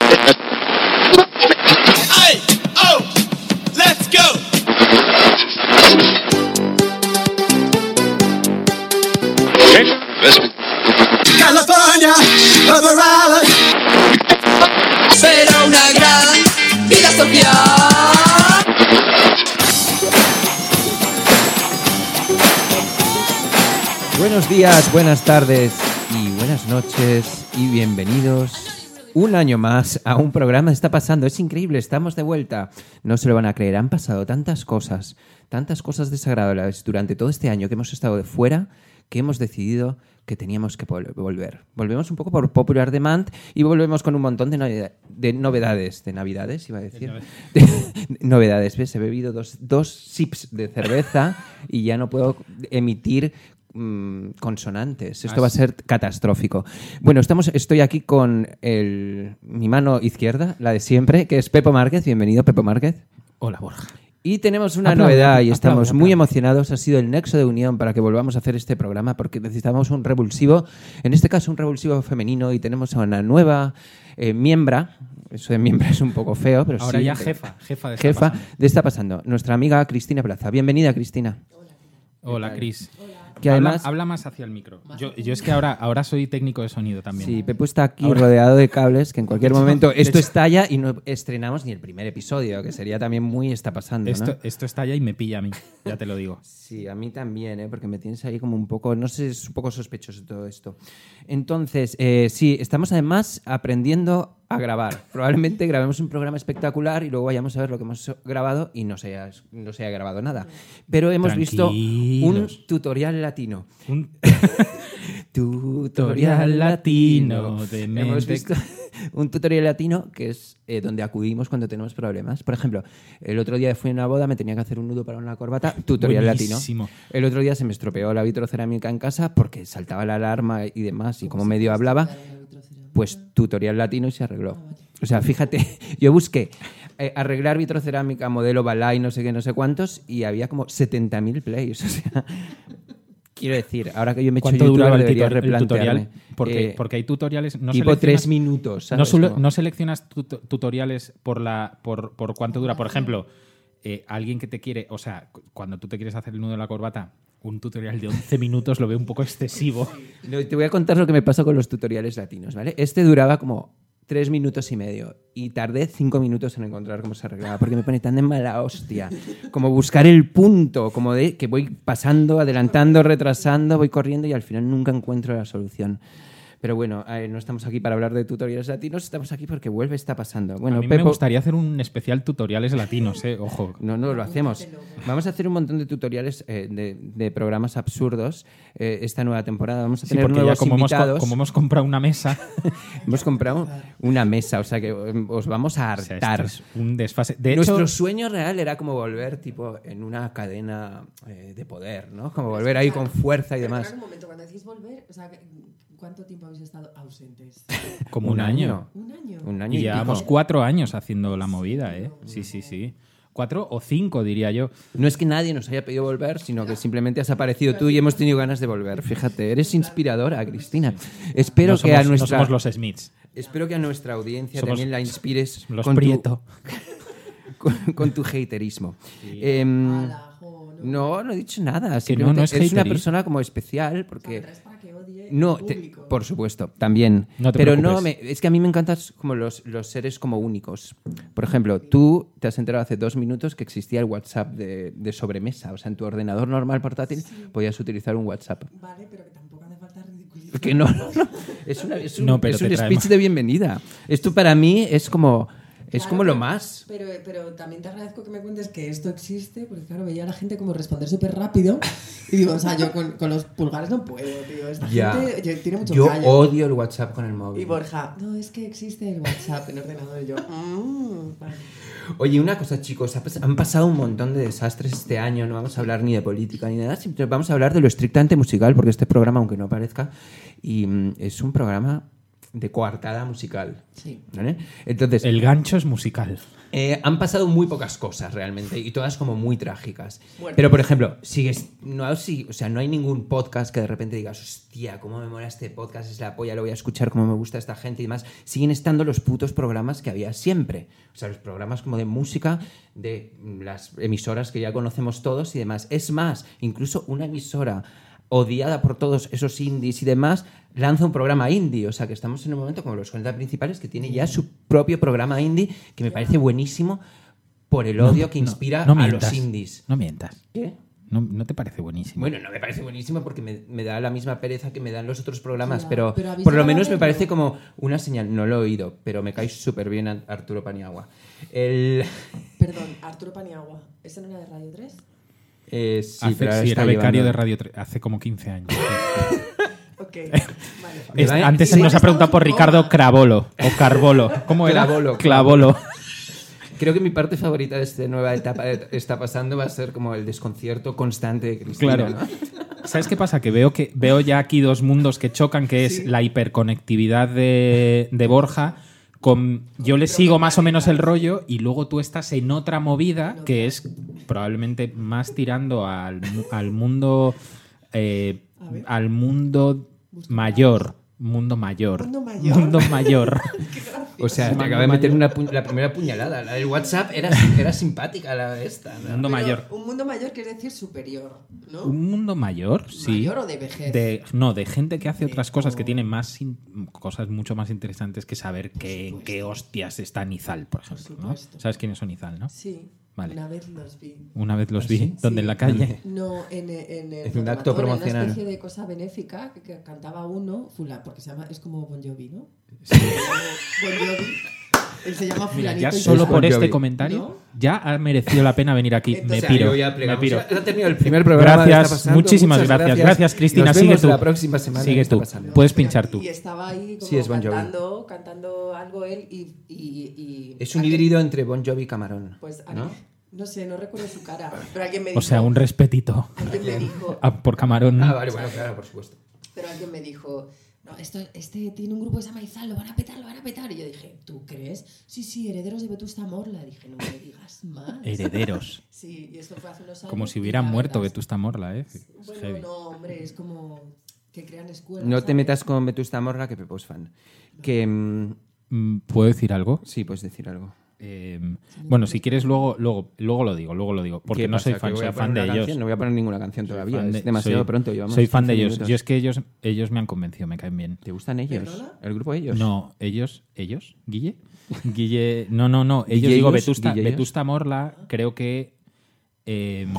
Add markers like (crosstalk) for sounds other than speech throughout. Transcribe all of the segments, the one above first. oh, Sofía. Buenos días, buenas tardes y buenas noches y bienvenidos un año más a un programa. Está pasando, es increíble, estamos de vuelta. No se lo van a creer, han pasado tantas cosas, tantas cosas desagradables durante todo este año que hemos estado de fuera que hemos decidido que teníamos que vol- volver. Volvemos un poco por popular demand y volvemos con un montón de, novedad- de novedades, de navidades, iba a (laughs) decir. novedades, ¿ves? He bebido dos, dos sips de cerveza y ya no puedo emitir mm, Ah, consonantes. Esto va a ser catastrófico. Bueno, estamos, estoy aquí con el- mi mano izquierda, la de siempre, que es Pepo Márquez. Bienvenido, Pepo Márquez. Hola, Borja. Y tenemos una Aplaude, novedad y aplaude, estamos aplaude. muy emocionados. Ha sido el nexo de unión para que volvamos a hacer este programa porque necesitamos un revulsivo, en este caso un revulsivo femenino y tenemos a una nueva eh, miembra. Eso de miembra es un poco feo, pero Ahora sí, ya de- jefa, jefa de esta jefa pasada. de Está Pasando. Nuestra amiga Cristina Plaza. Bienvenida, Cristina. Hola, Cris. Que habla, además- habla más hacia el micro. Yo, yo es que ahora, ahora soy técnico de sonido también. Sí, Pepo está aquí Ahora- rodeado de cables que en (laughs) cualquier hecho, momento de esto hecho- estalla y no estrenamos ni el primer episodio, que sería también muy Está Pasando. ¿no? esto, esto está allá y me pilla a mí, ya te lo digo. Sí, a mí también, ¿eh? porque me tienes ahí como un poco, no sé, es un poco sospechoso todo esto. Entonces, eh, sí, estamos además aprendiendo a grabar. Probablemente grabemos un programa espectacular y luego vayamos a ver lo que hemos grabado y no se haya, no se haya grabado nada. Pero hemos visto un Tranquilos. tutorial latino. Un- (laughs) Tutorial latino de Hemos mente- visto (laughs) un tutorial latino que es eh, donde acudimos cuando tenemos problemas. Por ejemplo, el otro día fui a una boda, me tenía que hacer un nudo para una corbata, (laughs) tutorial Buenísimo. latino. El otro día se me estropeó la vitrocerámica en casa porque saltaba la alarma y demás, y como medio hablaba, pues tutorial latino y se arregló. O sea, fíjate, (laughs) yo busqué eh, arreglar vitrocerámica, modelo Balay, no sé qué, no sé cuántos, y había como 70.000 plays. (laughs) O sea, quiero decir, ahora que yo me he hecho ¿Cuánto duraba youtuber el, debería tutor- el replantearme. tutorial? Porque, Eh, porque hay tutoriales... No tipo tres seleccionas- minutos, ¿sabes? No, solo- Como- no seleccionas tut- tutoriales por, la, por, por cuánto dura. Por ejemplo, eh, alguien que te quiere, o sea, cu- cuando tú te quieres hacer el nudo de la corbata, un tutorial de 11 minutos lo veo un (laughs) poco excesivo. No, te voy a contar lo que me pasó con los tutoriales latinos, ¿vale? Este duraba como tres minutos y medio y tardé cinco minutos en encontrar cómo se arreglaba porque me pone tan de mala hostia como buscar el punto como de que voy pasando adelantando retrasando voy corriendo y al final nunca encuentro la solución pero bueno eh, no estamos aquí para hablar de tutoriales latinos estamos aquí porque vuelve está pasando bueno a mí me Pepo- gustaría hacer un especial tutoriales latinos, eh, (laughs) ojo. No, no, lo hacemos. Vamos a hacer un montón de tutoriales eh, de, de programas absurdos eh, esta nueva temporada. Vamos a Sí, tener porque ya nuevos como hemos, co- invitados. como hemos comprado (laughs) una mesa, Hemos comprado una mesa, o sea que eh, os vamos a o sea, hartar. esto es un desfase. De hecho, Nuestro sueño real era como volver tipo en una cadena eh, de poder, ¿no? Como volver ahí con fuerza y Pero demás. Pues claro, un momento, cuando decís volver, o sea, ¿cuánto tiempo habéis estado ausentes? como un año. ¿Un año? Un año Y y llevamos pico. cuatro años haciendo la movida, ¿eh? Sí, sí, sí. Cuatro o cinco, diría yo. No es que nadie nos haya pedido volver, sino que simplemente has aparecido tú y hemos tenido ganas de volver. Fíjate, eres inspiradora, Cristina. Espero no que somos, a no nuestra somos los Smiths. Espero que a nuestra audiencia Somos- también la inspires los con, Prieto. Tu, con, con tu haterismo. Em, Ala, jo, no. no, no he dicho nada. Que no, no simplemente es una haterismo. persona como especial O sea, porque... traes para que odie No, el te- público. por supuesto, también. No te Pero no, preocupes. me- es que a mí me encantan como los, los seres como únicos. Por ejemplo, tú te has enterado hace dos minutos que existía el WhatsApp de, de sobremesa. O sea, en tu ordenador normal portátil podías utilizar un WhatsApp. Vale, pero que tampoco hace falta ridiculizar. Porque no, no, no. Es, una- es un, No, pero es te un traemos. speech de bienvenida. Esto para mí es como, es Claro, como lo pero- más. Pero, pero también te agradezco que me cuentes que esto existe, porque claro, veía a la gente como responder súper rápido. Y digo, o sea, yo con, con los pulgares no puedo, tío. Esta gente oye, tiene mucho yo callo. odio el WhatsApp con el móvil. Y Borja, no, es que existe el WhatsApp en ordenador. Y yo, mm, vale. Oye, una cosa, chicos, ha pas- han pasado un montón de desastres este año. No vamos a hablar ni de política ni de nada, simplemente vamos a hablar de lo estrictamente musical, porque este programa, aunque no parezca, y, mm, es un programa de coartada musical. Sí. ¿vale? Entonces, El gancho es musical. eh, han pasado muy pocas cosas realmente y todas como muy trágicas. Bueno. Pero, por ejemplo, sigues, no, ha- si- o sea, no hay ningún podcast que de repente digas, hostia, cómo me mola este podcast, es la polla, lo voy a escuchar, cómo me gusta esta gente y demás. Siguen estando los putos programas que había siempre. O sea, los programas como de música de mm, las emisoras que ya conocemos todos y demás. Es más, incluso una emisora odiada por todos esos indies y demás, lanza un programa indie. O sea, que estamos en un momento como los 40 principales que tiene ya su propio programa indie, que me parece buenísimo por el odio que inspira no a mientas. los indies. No mientas. ¿Qué? No, no te parece buenísimo. Bueno, no me parece buenísimo porque me, me da la misma pereza que me dan los otros programas, Ya, pero, pero avisa por lo a la menos me radio. parece como una señal. No lo he oído, pero me cae súper bien a- Arturo Paniagua. El, Perdón, Arturo Paniagua. ¿Ese no era de Radio 3? eh, sí, hace, pero ahora sí, está era becario llevando- de Radio 3 hace como 15 (laughs) años. Ok, vale. Me Es- va- antes sí. nos ha preguntado por Estamos en Ricardo coma. Cravolo o Carbolo. ¿Cómo era? Clavolo, Clavolo. Creo que mi parte favorita de esta nueva etapa de- está pasando va a ser como el desconcierto constante de Cristina. Claro. ¿no? ¿Sabes qué pasa? Que veo, que veo ya aquí dos mundos que chocan, que es la hiperconectividad de, de Borja. Con, yo le sigo más o menos el rollo y luego tú estás en otra movida que es probablemente más tirando al, mu- al mundo eh, al mundo mayor mundo mayor (laughs) Mundo mayor. (laughs) mundo mayor O sea, te acaba de meter una pu- la primera puñalada. La del WhatsApp era, era simpática la de esta. ¿no? Pero mundo mayor Un mundo mayor quiere decir superior, ¿no? un mundo mayor sí ¿Mayor o de vejez? de- no de gente que hace otras cosas que o- tienen más in- cosas mucho más interesantes que saber qué, en qué hostias está Nizal por ejemplo ¿no? supuesto. sabes quiénes son Nizal no Sí. Ah, Vale. Una vez los vi. una vez los vi (laughs) donde en (laughs) la calle No, en, e, en el Es un Fotomatón, en acto promocional. Una especie de cosa benéfica que, que cantaba uno, fula, porque se llama, es como Bon Jovi, ¿no? Bon Jovi. Él se llama Mira, Fulanito. ya y solo tal. por Bon este Jovi. comentario ¿No? ya ha merecido la pena venir (laughs) aquí Entonces, O me sea, piro yo ya me plegamos. piro Ya- ya ha terminado el primer programa. de Gracias, Está Pasando. muchísimas Muchas gracias. Gracias, Cristina, Nos sigue vemos tú. la próxima semana. Sigue en Está tú. Pues- Pasando. Puedes pinchar tú. Y estaba ahí como Sí, es Bon Jovi. cantando, cantando algo él y... y- y- Es un alguien- híbrido entre Bon Jovi y Camarón. Pues alguien- ¿no? ¿no? sé, no recuerdo su cara, pero alguien me dijo... o sea un respetito Alguien me dijo, a- por camarón Ah, vale, bueno, claro, por supuesto. pero alguien me dijo, no, esto, este tiene un grupo que se llama Izal, lo van a petar, lo van a petar. Y yo dije, ¿tú crees? Sí, sí, herederos de Vetusta Morla. Dije, no me digas más. (laughs) herederos Sí, y esto fue hace unos años. como si y hubieran la muerto verdad es- Vetusta Morla eh Es Bueno, heavy. no, hombre, es como que crean escuelas. pues No te ¿sabes? metas con Vetusta Morla, que Pepo es fan. Que. mm, Mm, puedo decir algo Sí, puedes decir algo. Eh, bueno, si quieres luego, luego, luego lo digo, luego lo digo, porque ¿Qué no pasa? soy ¿Que fan, voy soy a fan poner de una ellos. canción? No voy a poner ninguna canción todavía. Fan de- Es demasiado soy- pronto. Llevamos soy fan de 15 ellos. minutos. Yo es que ellos, ellos me han convencido, me caen bien. ¿Te gustan ellos? ¿Perdona? ¿El grupo ellos? No, ellos, ellos, Guille, Guille, no, no, (laughs) no, ellos Guille digo ellos, Vetusta, Guille ellos. Vetusta Morla, creo que em,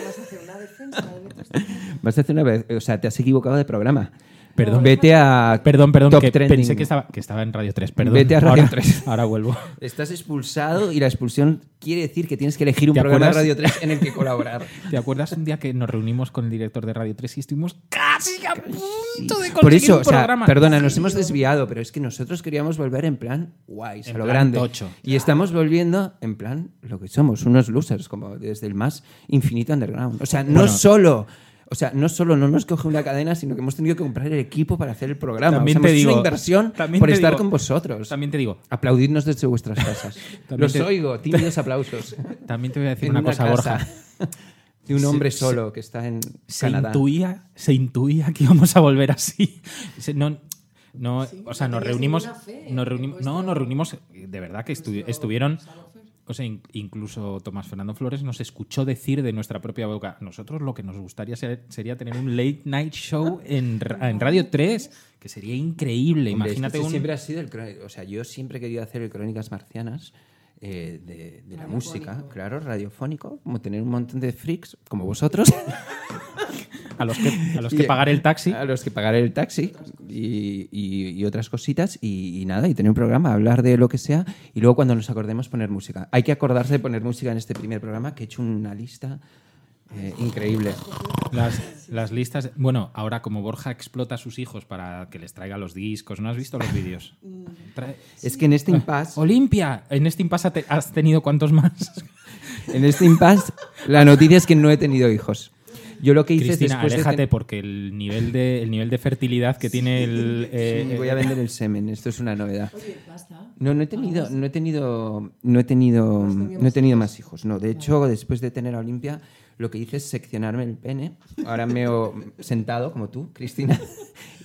Vas a hacer una defensa de (laughs) Vetusta Morla. Vas a hacer una vez. O sea, te has equivocado de programa. Perdón. Vete a. perdón, perdón, Top que Trending. pensé que estaba, que estaba en Radio 3, perdón. Vete a Radio ahora, 3. Ahora vuelvo. (laughs) Estás expulsado y la expulsión quiere decir que tienes que elegir un ¿Te programa de acuerdas? Radio 3 en el que (laughs) colaborar. ¿Te acuerdas un día que nos reunimos con el director de Radio 3 y estuvimos casi a punto de conseguir Por eso, un o sea, programa? perdona, nos hemos desviado, pero es que nosotros queríamos volver en plan guays, En a lo plan grande. tocho. Y estamos volviendo en plan lo que somos, unos losers, como desde el más infinito underground. O sea, no Bueno. solo. O sea, no solo no nos coge una cadena, sino que hemos tenido que comprar el equipo para hacer el programa. También O sea, te hemos hecho digo- una inversión también por te estar digo- con vosotros. También te digo, Aplaudidnos desde vuestras casas. (laughs) También Los te- oigo, tímidos aplausos. También te voy a decir En (laughs) una, una cosa, casa. Borja. (laughs) De un Se- hombre se- solo que está en Se Canadá. intuía, se intuía que íbamos a volver así. Se- No, no, Sí, o sea, no tenías nos reunimos, ninguna fe nos en reunimos, vuestro- no, nos reunimos, eh, de verdad que estu- Nuestro estuvieron, Sanofer. o sea, in- incluso Tomás Fernando Flores nos escuchó decir de nuestra propia boca, nosotros lo que nos gustaría ser- sería tener un late night show en, ra- en Radio 3, que sería increíble. Hombre, es que Imagínate sí, un... siempre ha sido el crónico. O sea, yo siempre he querido hacer el Crónicas Marcianas eh, de, de la Radiofónico. música, claro, radiofónico, como tener un montón de freaks como (laughs) vosotros. a los que, a los que Y- pagar (laughs) el taxi. A los que pagar el taxi y, y- y otras cositas y, y nada, y tener un programa, hablar de lo que sea y luego cuando nos acordemos poner música. Hay que acordarse de poner música en este primer programa que he hecho una lista eh, increíble. Las, las listas. Bueno, ahora como Borja explota a sus hijos para que les traiga los discos, ¿no has visto los vídeos? Mm. Trae- Es que en este (laughs) impasse Olimpia, en este impasse te- has tenido (laughs) cuántos más. En este impasse, la noticia es que no he tenido hijos. Yo lo que hice es Cristina, después de aléjate ten- porque el nivel de el nivel de fertilidad que tiene el eh, Sí, voy a vender el semen, esto es una novedad. Oye, basta. No, no he tenido, no he tenido, no he Pues tenido, no he tenido más hijos. No, de hecho, después de tener a Olimpia, lo que hice es seccionarme el pene. Ahora me he sentado como tú, Cristina,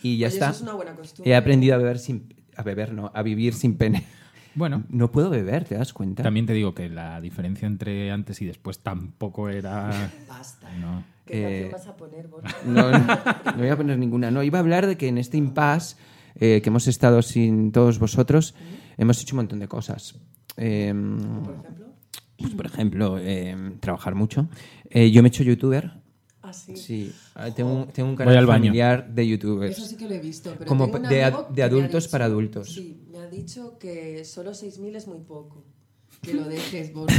y ya Oye, está. Eso es una buena costumbre. He aprendido a beber sin, a beber no, a vivir sin pene. Bueno. No puedo beber, ¿te das cuenta? También te digo que la diferencia entre antes y después tampoco era. Basta. No. ¿Qué canción Eh, vas a poner, Borja? No, no, no voy a poner ninguna. No, iba a hablar de que en este impasse eh, que hemos estado sin todos vosotros, hemos hecho un montón de cosas. Eh, pues, por ejemplo, eh, trabajar mucho. Eh, yo me he hecho youtuber. Así. Sí, ah, tengo, un- tengo un al canal baño. familiar de youtubers. Eso sí que lo he visto. Pero Como tengo un de ad- amigo de que me ha adultos dicho- para adultos. Sí, me ha dicho que solo 6.000 es muy poco. Que (laughs) lo dejes, Borja.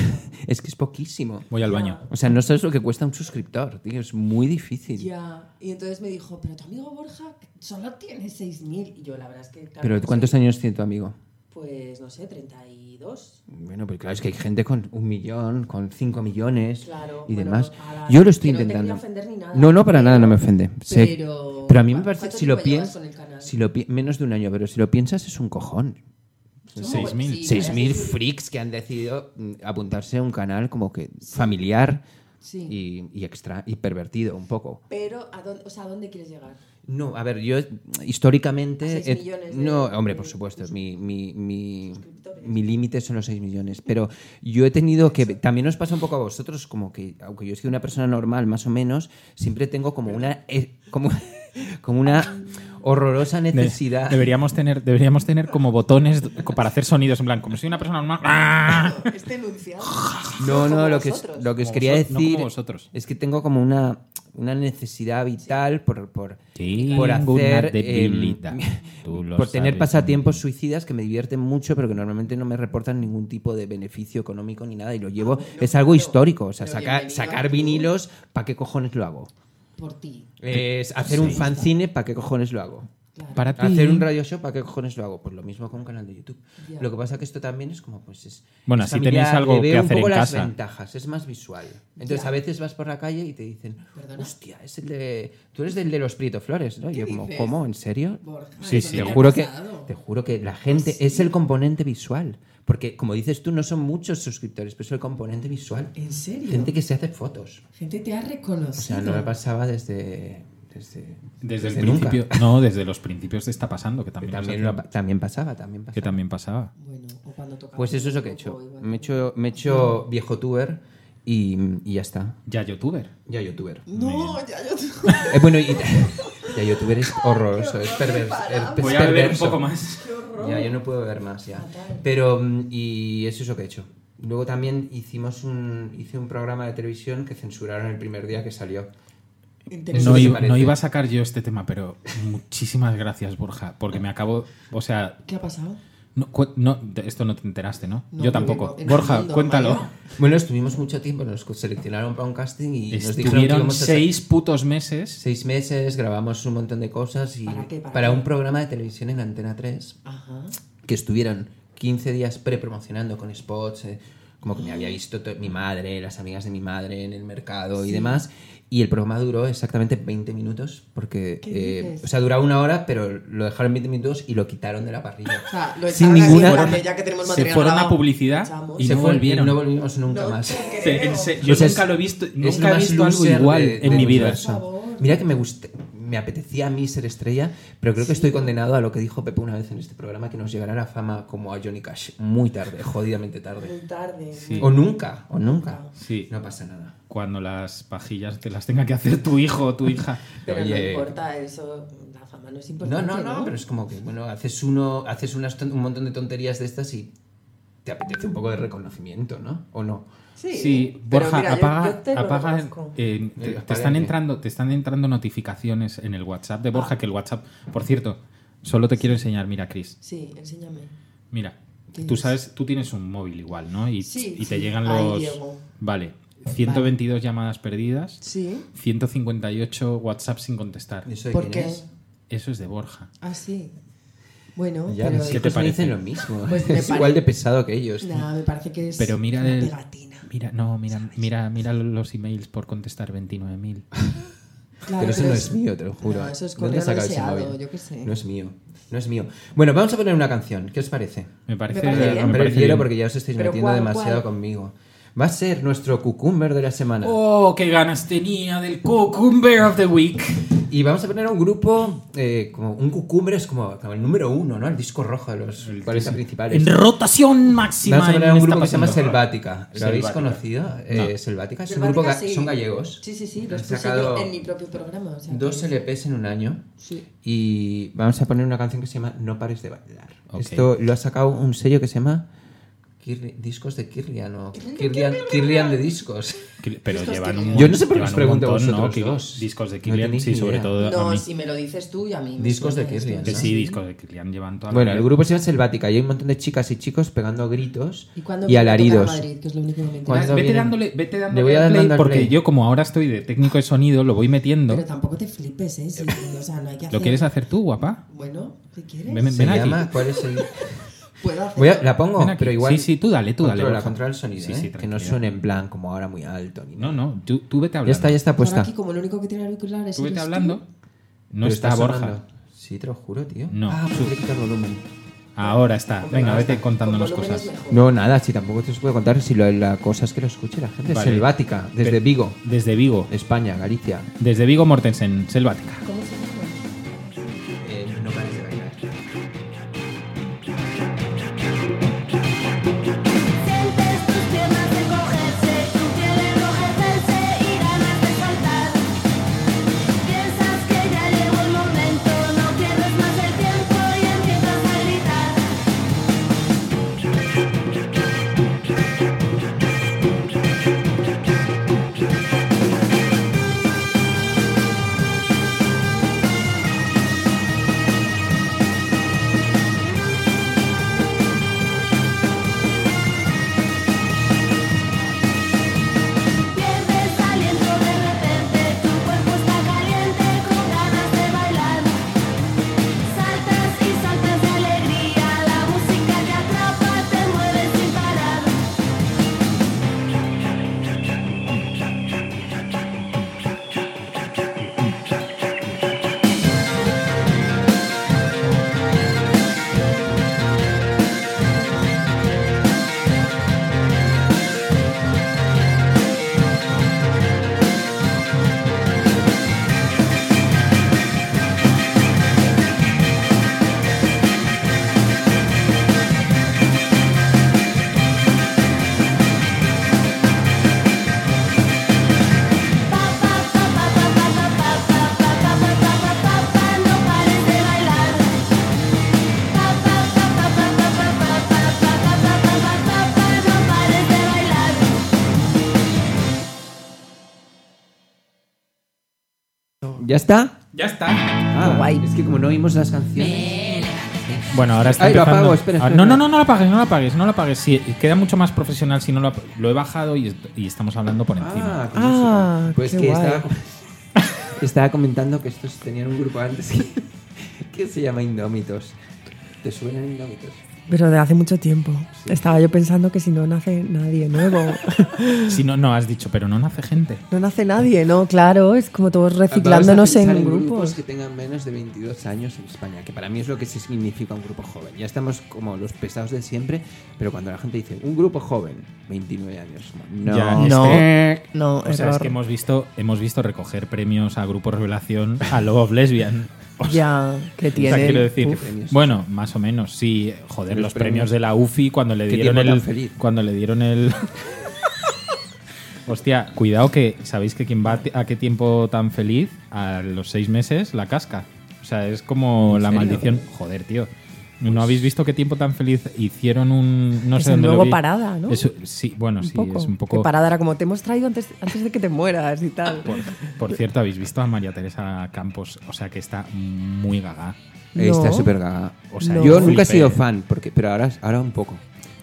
Es que es poquísimo. Voy al baño. O sea, no sabes lo que cuesta un suscriptor, tío. Es muy difícil. ya. Y entonces me dijo, pero tu amigo Borja solo tiene 6.000. Y yo, la verdad es que. claro, Pero no ¿cuántos sé, años tiene tu amigo? Pues no sé, 32. Bueno, pues claro, es que hay gente con un millón, con cinco millones Claro, y bueno, demás. a la- Yo lo estoy que no te intentando. quiero ofender ni nada, no, no, para pero- nada no me ofende. Sé- pero- pero a mí me ¿cu- parece, cuánto si lo tiempo llevas piensas, con el canal? si lo pi- menos de un año, pero si lo piensas es un cojón. Seis mil. Sí, ¿eh? Seis mil sí. freaks que han decidido mm, apuntarse a un canal como que familiar Sí. y, y extra y pervertido un poco. Pero, ¿a dónde, o sea, ¿a dónde quieres llegar? No, a ver, yo históricamente... A seis eh, millones de- no, hombre, por de supuesto, mi, mi, mi, Suscriptores. mi límite son los 6 millones, pero yo he tenido que... También os pasa un poco a vosotros, como que, aunque yo soy una persona normal, más o menos, siempre tengo como una... eh, como, (laughs) como una horrorosa De- necesidad... deberíamos, tener, deberíamos tener como botones co- para hacer sonidos en blanco. Como soy una persona normal. ¡ah! Este enunciado. Ah. No, Como no, lo que, os- vosotros. lo que os Como quería vosot- no como decir vosotros. es que tengo como una, una necesidad vital por, por, Sí, por ninguna hacer... debilidad. em, Tú lo por tener sabes. pasatiempos suicidas que me divierten mucho, pero que normalmente no me reportan ningún tipo de beneficio económico ni nada. Y lo llevo... es algo histórico. O sea, Ah, pero sacar, bienvenido sacar al club. vinilos, ¿para qué cojones lo hago? Por ti. Es hacer un fanzine, ¿para qué cojones lo hago? Para ti. Hacer un radio show, ¿para qué cojones lo hago? Pues lo mismo con un canal de YouTube. Ya. Lo que pasa que esto también es como, pues es. Bueno, es así tenéis familiar, algo le veo que un hacer poco en las casa. ventajas, es más visual. Entonces a veces vas por la calle y te dicen, Perdona. hostia, es el de, tú eres del de los Prieto Flores, ¿no? Y yo como, dices? ¿cómo? ¿En serio? Borja, Sí, eso sí, Te no me ha juro que, pasado. te juro que la gente es el componente visual. Porque, como dices tú, no son muchos suscriptores, pero es el componente visual. ¿En serio? Gente que se hace fotos. Gente te ha O reconocido. sea, no me pasaba desde. Desde, Desde, el nunca. principio. No, desde los principios te está pasando, que Que también, También, nos lo- hacía- también pasaba, también pasaba. que también pasaba. Bueno, o cuando tocaba. Pues eso es lo que he un hecho. poco igual. Me he hecho, me he hecho viejo tuber y, y ya está. Ya youtuber. Ya youtuber. No, ya yo. (laughs) Eh, bueno, y, (laughs) ya youtuber es horroroso, es, perverso, es Pues Voy a beber un perverso. poco más. Ya, yo no puedo ver más ya. Pero, mm, y eso es lo que he hecho. Luego también hicimos un, hice un programa de televisión que censuraron el primer día que salió. Eso No, sí iba- parece. no iba a sacar yo este tema, pero muchísimas gracias, Borja, porque me acabo. O sea, ¿Qué ha pasado? no, cu- no, de esto no te enteraste, ¿no? No, yo yo tampoco. vivo en el Borja, mundo, cuéntalo. vaya. Bueno, estuvimos mucho tiempo, nos seleccionaron para un casting y nos dijeron que Estuvieron íbamos a sa- seis putos meses. seis meses, grabamos un montón de cosas y ¿Para qué? ¿Para qué? un programa de televisión en Antena 3. Ajá. que estuvieron 15 días pre-promocionando con spots, eh, como que me había visto to- mi madre, las amigas de mi madre en el mercado y demás. Y el programa duró exactamente 20 minutos, porque. ¿Qué eh, dices? o sea, duraba una hora, pero lo dejaron 20 minutos y lo quitaron de la parrilla. O sea, lo Sin echaron así ninguna- en plan de, ya que tenemos se material fueron a grabado, publicidad echamos. y Se no fue- volvieron. No volvimos nunca No, (laughs) más. te Se- creo. se- yo O sea, nunca es- lo he visto, es lo nunca he más visto algo loser igual de- en del mi vida. universo. Por favor. Mira que me gust- me apetecía a mí ser estrella, pero creo que estoy condenado a lo que dijo Pepe una vez en este programa, que nos llegará la fama como a Johnny Cash. Muy tarde, jodidamente tarde. Muy tarde. Sí. O nunca, o nunca. Sí. No pasa nada. Cuando las pajillas te las tenga que hacer tu hijo o tu hija. Pero Oye. no importa eso, la fama no es No, importante. Pues no, no, pero es como que, bueno, haces uno, haces unas ton- un montón de tonterías de estas y te apetece un poco de reconocimiento, ¿no? ¿O no? Sí, Sí, pero Borja, mira, yo- apaga, yo te lo apaga, reconozco. eh, te, Venga, te están apaga. entrando, te están entrando notificaciones en el WhatsApp de Ah. Borja, que el WhatsApp, por cierto, solo te quiero enseñar, mira, Chris, Sí, enséñame. mira, ¿Qué tú es? sabes, tú tienes un móvil igual, ¿no? Y, Sí, y te sí, llegan ahí los, llego. vale, 122 llamadas perdidas, Sí. 158 WhatsApp sin contestar. ¿Eso de ¿Por quién qué? es? Eso es de Borja. Ah, sí. Bueno, Ya, pero. mis ¿Qué te hijos me parece? dicen lo mismo. (laughs) Pues me es igual pare- de pesado que ellos. tío. Nada, me parece que es. Pero mira una el- pegatina. Mira, no, mira, mira, mira los emails por contestar 29.000. Claro, Pero eso no es es- mío, te lo juro. ¿eh? No, eso es correo ¿Dónde has sacado no ese deseado, móvil? yo qué sé. No es mío, no es mío. Bueno, vamos a poner una canción, ¿qué os parece? Me parece, parece me bien. Romper el parece hielo bien. porque ya os estáis Pero metiendo ¿cuál, demasiado cuál? conmigo. Va a ser nuestro cucumber de la semana. Oh, qué ganas tenía del Cucumber of the Week. Y vamos a poner un grupo, eh, como un cucumbre, es como, como el número uno, ¿no? El disco rojo de los 40 principales. En rotación máxima. Vamos a poner en un esta grupo que se llama pasión. Selvática. ¿Lo habéis Selvática. conocido? Eh, Selvática. Es un Selvática, grupo ga- sí. Son gallegos. Sí, sí, sí, Han los puse sacado yo en mi propio programa. o sea, dos LPs en un año. Sí. Y vamos a poner una canción que se llama No pares de bailar. Ok. Esto lo ha sacado un sello que se llama Kirri- Discos de Kirlian o Kirlian, Kirlian de Discos. Ki- Pero llevan un Yo no sé por qué llevan os un pregunto a montón, vosotros ¿no? Ki- dos. Discos de No Killian, tenéis sí, ni sobre idea. todo a No, mí. si me lo dices tú y a mí. me Discos suena de esto. Kirlian, Que ¿no? sí, discos de Killian llevan toda la Bueno, vida. el grupo se llama Selvática y hay un montón de chicas y chicos pegando gritos ¿Y, cuándo y viene a tocar a alaridos. Madrid, que es lo único que me ¿Cuándo? interesa. Vete vienen- dándole, vete dándole Le voy al dando play, al porque play. yo como ahora estoy de técnico de sonido, lo voy metiendo. Pero tampoco te flipes, ¿eh? Sí, o sea, no hay que hacer... ¿Lo quieres hacer tú, guapa? Bueno, ¿qué quieres? Ven, ven, Se ven aquí. llama, ¿cuál es el...? Puedo hacer... Voy a- la pongo, Ven aquí. pero igual Sí, sí, tú dale, tú dale. controla, Borja. controla el sonido, Sí, ¿eh? sí, que no tranquila. suene en plan como ahora muy alto. Ni No, nada. no, tú, tú vete hablando. Ya está, ya está Ahora puesta. aquí, como el único que tiene auriculares Tú vete eres tú. hablando. Pero No está, Borja. sonando. Sí, te lo juro, tío. No. Ah, pues le quito el volumen. Ahora está. Venga, vete Con contándonos volúmenes cosas. mejor. No, nada, si tampoco te os puedo contar si lo- la cosa es que lo escuche la gente. Vale. Selvática, desde Pe- Vigo, Desde Vigo. España, Galicia. Desde Vigo Mortensen, Selvática. ¿Cómo se llama? Eh, no parece bailar. Sientes tus piernas encogerse, tu piel enrojecerse y ganas de saltar. Piensas que ya llegó el momento, no pierdes más el tiempo y empiezas a gritar. Pierdes aliento de repente, tu cuerpo está caliente con ganas de bailar. Saltas y saltas de alegría, la música te atrapa, te mueves sin parar. Pa, pa, pa, pa, pa, pa, pa, pa, pa, pa, pa, pa, pa, pa, pa, pa, no pares de bailar. Pa, pa, pa, pa, pa, pa, pa, pa, pa, pa, pa, pa, pa, pa, pa, pa, no pares de bailar. ¿Ya está? Ya está. Ah, guay. Es que como no oímos las canciones. Bueno, ahora está Ay, lo empezando- apago, espera, Ah, espera, no, espera. no, no, no lo apagues, no lo apagues, no lo apagues. Sí, queda mucho más profesional si no lo ap- Lo he bajado y, est- y estamos hablando por encima. Ah, con Ah, música. Pues qué que guay. estaba, (laughs) estaba comentando que estos tenían un grupo antes que, (laughs) que se llama Indómitos. ¿Te suenan Indómitos? Pero de hace mucho tiempo. Estaba yo pensando que si no nace nadie nuevo. (laughs) Ah. Si no, no has dicho, pero no nace gente. no nace nadie, ¿no? Claro, es como todos Vamos reciclándonos a pensar en, grupos. grupos que tengan menos de 22 años en España, que para mí es lo que sí significa un grupo joven. Ya estamos como los pesados de siempre, pero cuando la gente dice un grupo joven, 29 años. No, Ya, No, Este- no, O sea, es error. que hemos visto, hemos visto recoger premios a Grupo Revelación a Love of Lesbian. O sea, Ya, que o sea, tiene. quiero decir, Uf. Premios. bueno, más o menos, sí, joder, Los los, premios. premios. de la UFI cuando le Qué dieron tiempo tan el feliz. cuando le dieron el (laughs) Hostia, cuidado que sabéis que quien va a ti- a qué tiempo tan feliz a los seis meses la casca. O sea, es como ¿En la serio? maldición. Joder, tío. ¿No habéis visto qué tiempo tan feliz hicieron un no Es sé el dónde lo nuevo vi? Parada, ¿no? Es- sí, bueno, sí, es un poco Que parada era como te hemos traído antes, antes de que te mueras y tal. Por, por cierto, habéis visto a María Teresa Campos, o sea que está muy gaga. Está No. súper gaga. O sea, No. Yo nunca he flipé. sido fan, porque, pero ahora, ahora un poco.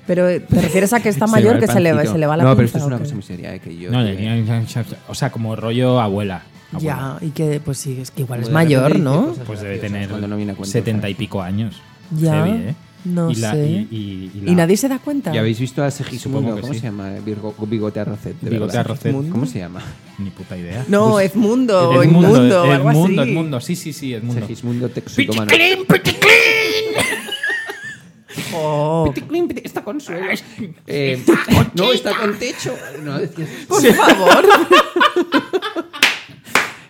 Pero eh, te refieres a que está Se mayor va el que se le, va- pancito. se le va la No, pero esto pinza, es una ¿o qué? cosa muy seria, eh, que yo... No, que- de- o sea, como rollo abuela. abuela. Ya, y que pues sí, es que igual es Como de repente mayor, dice ¿no? cosas Pues debe graciosas tener cuando no viene a cuento, setenta ¿sabes? y pico años. Ya, Heavy, ¿eh? no y la- sé. y- y- y la- ¿Y nadie se da cuenta? ¿Y habéis visto a Segismundo? Supongo que ¿Cómo sí. se llama? Virgo- bigote Arrocet. de Bigote verdad. Arrocet. ¿Cómo se llama? (laughs) Ni puta idea. No, Edmundo, o Edmundo, Edmundo, o algo Edmundo, así. Edmundo, sí, sí, sí, Edmundo. Segismundo Texutomano. Oh, (laughs) Piticlin, piti- Está con suelo. Eh, no, está con techo. No, decías. por favor.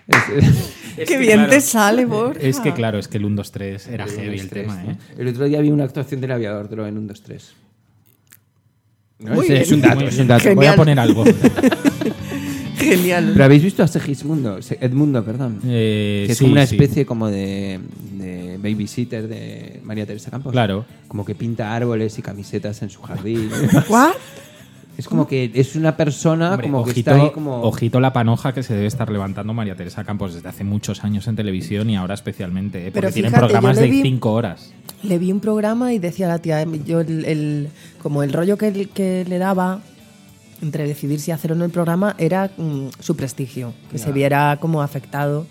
Es- Es Qué que, bien claro, te sale, Borja. Es que claro, es que el 1, 2, 3 era El heavy el 1-2-3, tema, ¿no? ¿eh? El otro día vi una actuación del aviador de lo en 1, 2, 3. No, Muy ese es un bien. dato, es un dato. Genial. Voy a poner algo. (laughs) Genial. Pero habéis visto a Segismundo, Se- Edmundo, perdón. Eh, que es sí, como una sí. especie como de, de babysitter de María Teresa Campos. Claro. Como que pinta árboles y camisetas en su (laughs) jardín. ¿What? es como que es una persona Hombre, como que ojito, está ahí como... ojito la panoja que se debe estar levantando María Teresa Campos desde hace muchos años en televisión y ahora especialmente, ¿eh? porque Pero tienen fíjate, yo programas le de vi- 5 horas. Le vi un programa y decía la tía, yo el, el- como el rollo que, que le daba entre decidir si hacer o no el programa era mm, su prestigio, que se viera como afectado,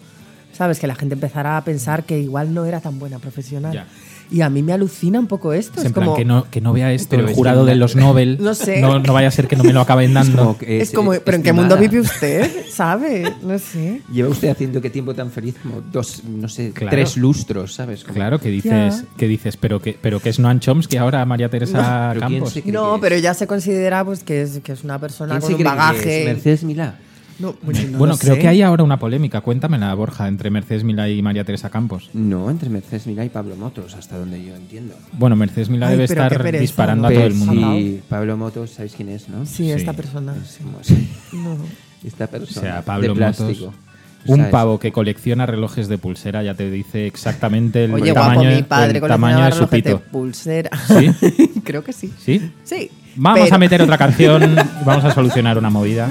¿sabes? Que la gente empezara a pensar que igual no era tan buena profesional. Ya. Y a mí me alucina un poco esto. Es es en plan como, que no, que no vea esto, Pero el es jurado que- de los Nobel. (laughs) No sé. No, no vaya a ser que no me lo acaben es dando. como que (laughs) es como, es- ¿pero en qué estimada. mundo vive usted? (laughs) ¿Sabe? No sé. Lleva usted haciendo qué tiempo tan feliz como dos, no sé, Claro. tres lustros, ¿sabes? Como- Claro, que dices, Ya. que dices, pero que, pero que es Noam Chomsky ahora María Teresa Pero ¿quién Campos. se cree que No, es? pero ya se considera pues que es, que es una persona ¿Quién con se un cree que es? bagaje. Mercedes Milá. No, bueno, no bueno, lo creo sé. que hay ahora una polémica. Cuéntamela, Borja, entre Mercedes Milá y María Teresa Campos. No, entre Mercedes Milá y Pablo Motos, hasta donde yo entiendo. Bueno, Mercedes Milá Ay, debe pero qué estar pereza, disparando ¿no? a todo el Pues mundo. sí, Pablo Motos, ¿sabéis quién es, no? Sí, esta Sí. persona. Es sí. como- No. (laughs) Esta O Pues persona. sea, Pablo de Motos, plástico. un ¿Sabes? pavo que colecciona relojes de pulsera, ya te dice exactamente el Oye, tamaño, guapo, mi el padre con tamaño de su de pito. pulsera. (laughs) Creo que sí. ¿Sí? Sí. Vamos pero- a meter (laughs) otra canción, vamos a solucionar una movida.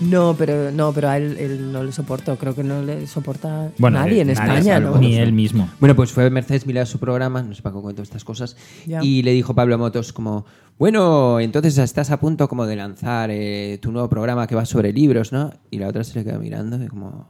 No, pero, no, pero a él, él no le soporto. Creo que no le soporta Bueno, eh, nadie en España, salvo ¿no? Ni él mismo. Bueno, pues fue Mercedes Milá a su programa, no sé para qué cuento estas cosas, Ya. y le dijo Pablo Motos como, bueno, entonces estás a punto como de lanzar eh, tu nuevo programa que va sobre libros, ¿no? Y la otra se le quedó mirando y como,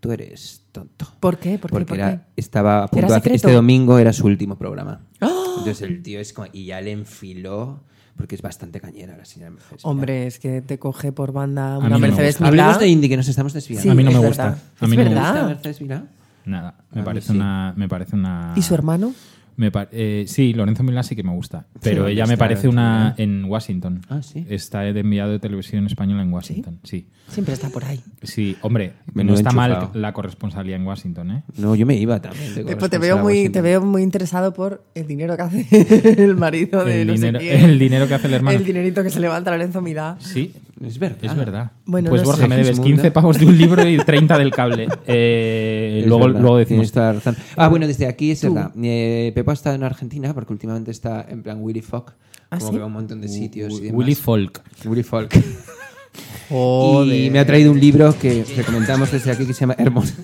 tú eres tonto. ¿Por qué? ¿Por qué? Porque ¿Por era- qué? estaba a punto ¿Era de hacer- secreto? ¡Ah! este domingo era su último programa. Entonces el tío es como, y ya le enfiló, porque es bastante cañera la señora Mercedes Milá. Hombre, es que te coge por banda mí una no me Mercedes gusta. Milá. Hablemos de indie, que nos estamos desviando. Sí, A mí no es me verdad. gusta. A Es mí no me ¿Te verdad. gusta Mercedes Milá? Nada, A me mí parece, sí. una, me parece una... ¿Y su hermano? Me pa- eh, sí, Lorenzo Milá sí que me gusta, pero ¿dónde ella me está parece Lorenzo una en Washington. Ah, ¿sí? Está de enviado de televisión española en Washington, sí. Siempre está por ahí. Sí, hombre, Menudo no está mal enchufado. la corresponsalía en Washington, ¿eh? No, yo me iba también. de Pues te veo, muy, corresponsal te a veo muy interesado por el dinero que hace (laughs) el marido de El, no sé dinero, quién. el dinero que hace el hermano. El dinerito que se levanta Lorenzo Milá. Sí, Washington. Es verdad. es verdad. Bueno, pues no Borja, sé. me debes Segismundo. 15 pavos de un (laughs) libro y 30 del cable. Eh, Es luego, verdad, luego tienes decimos. toda la razón. Ah, bueno, desde aquí es verdad. Eh, Pepa ha estado en Argentina porque últimamente está en plan Willy Fogg. ¿Ah, como sí? que va a un montón de sitios. y demás. Willy Folk. Willy Fogg. Y me ha traído un libro que recomendamos desde aquí que se llama Hermoso.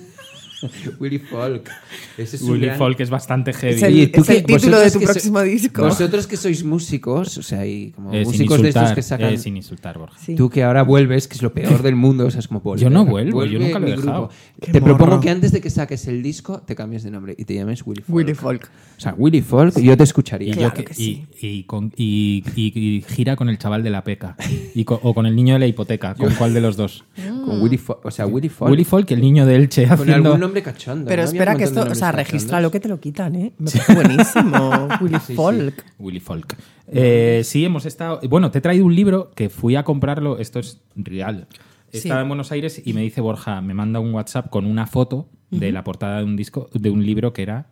(laughs) Willy Folk. Ese es un Willy gran- Folk es bastante heavy. Es el- Oye, ¿tú es el qué- título de vosotros tu que so- próximo disco. Vosotros que sois músicos, o sea, hay como Eh, sin músicos de estos insultar, que sacan. eh, sin insultar, Borja. Sí. Tú que ahora vuelves, que es lo peor del mundo, o sea, es como volver, Yo no vuelvo, vuelve yo nunca lo he mi dejado. grupo. Qué Te propongo morro. que antes de que saques el disco, te cambies de nombre y te llames Willy Folk. Willy Folk. O sea, Willy Folk, yo te escucharía. Y, Claro yo que- que sí. y, y con- y- y- y gira con el chaval de la peca. Y co- o con el niño de la hipoteca. ¿Con cuál de (laughs) los dos? Mm. Con Willy Folk, o sea, Willy Folk. Willy Folk, el niño de Elche, con haciendo. algún nombre cachondo. Pero ¿no? Había espera un que montón de esto, o sea, nombres cachondos. regístralo que te lo quitan, ¿eh? Me parece (laughs) buenísimo, Willy Folk. Willy Folk. Eh, sí, hemos estado. Bueno, te he traído un libro que fui a comprarlo. Esto es real. Estaba Sí. en Buenos Aires y me dice Borja, me manda un WhatsApp con una foto de la portada de un disco, de un libro que era.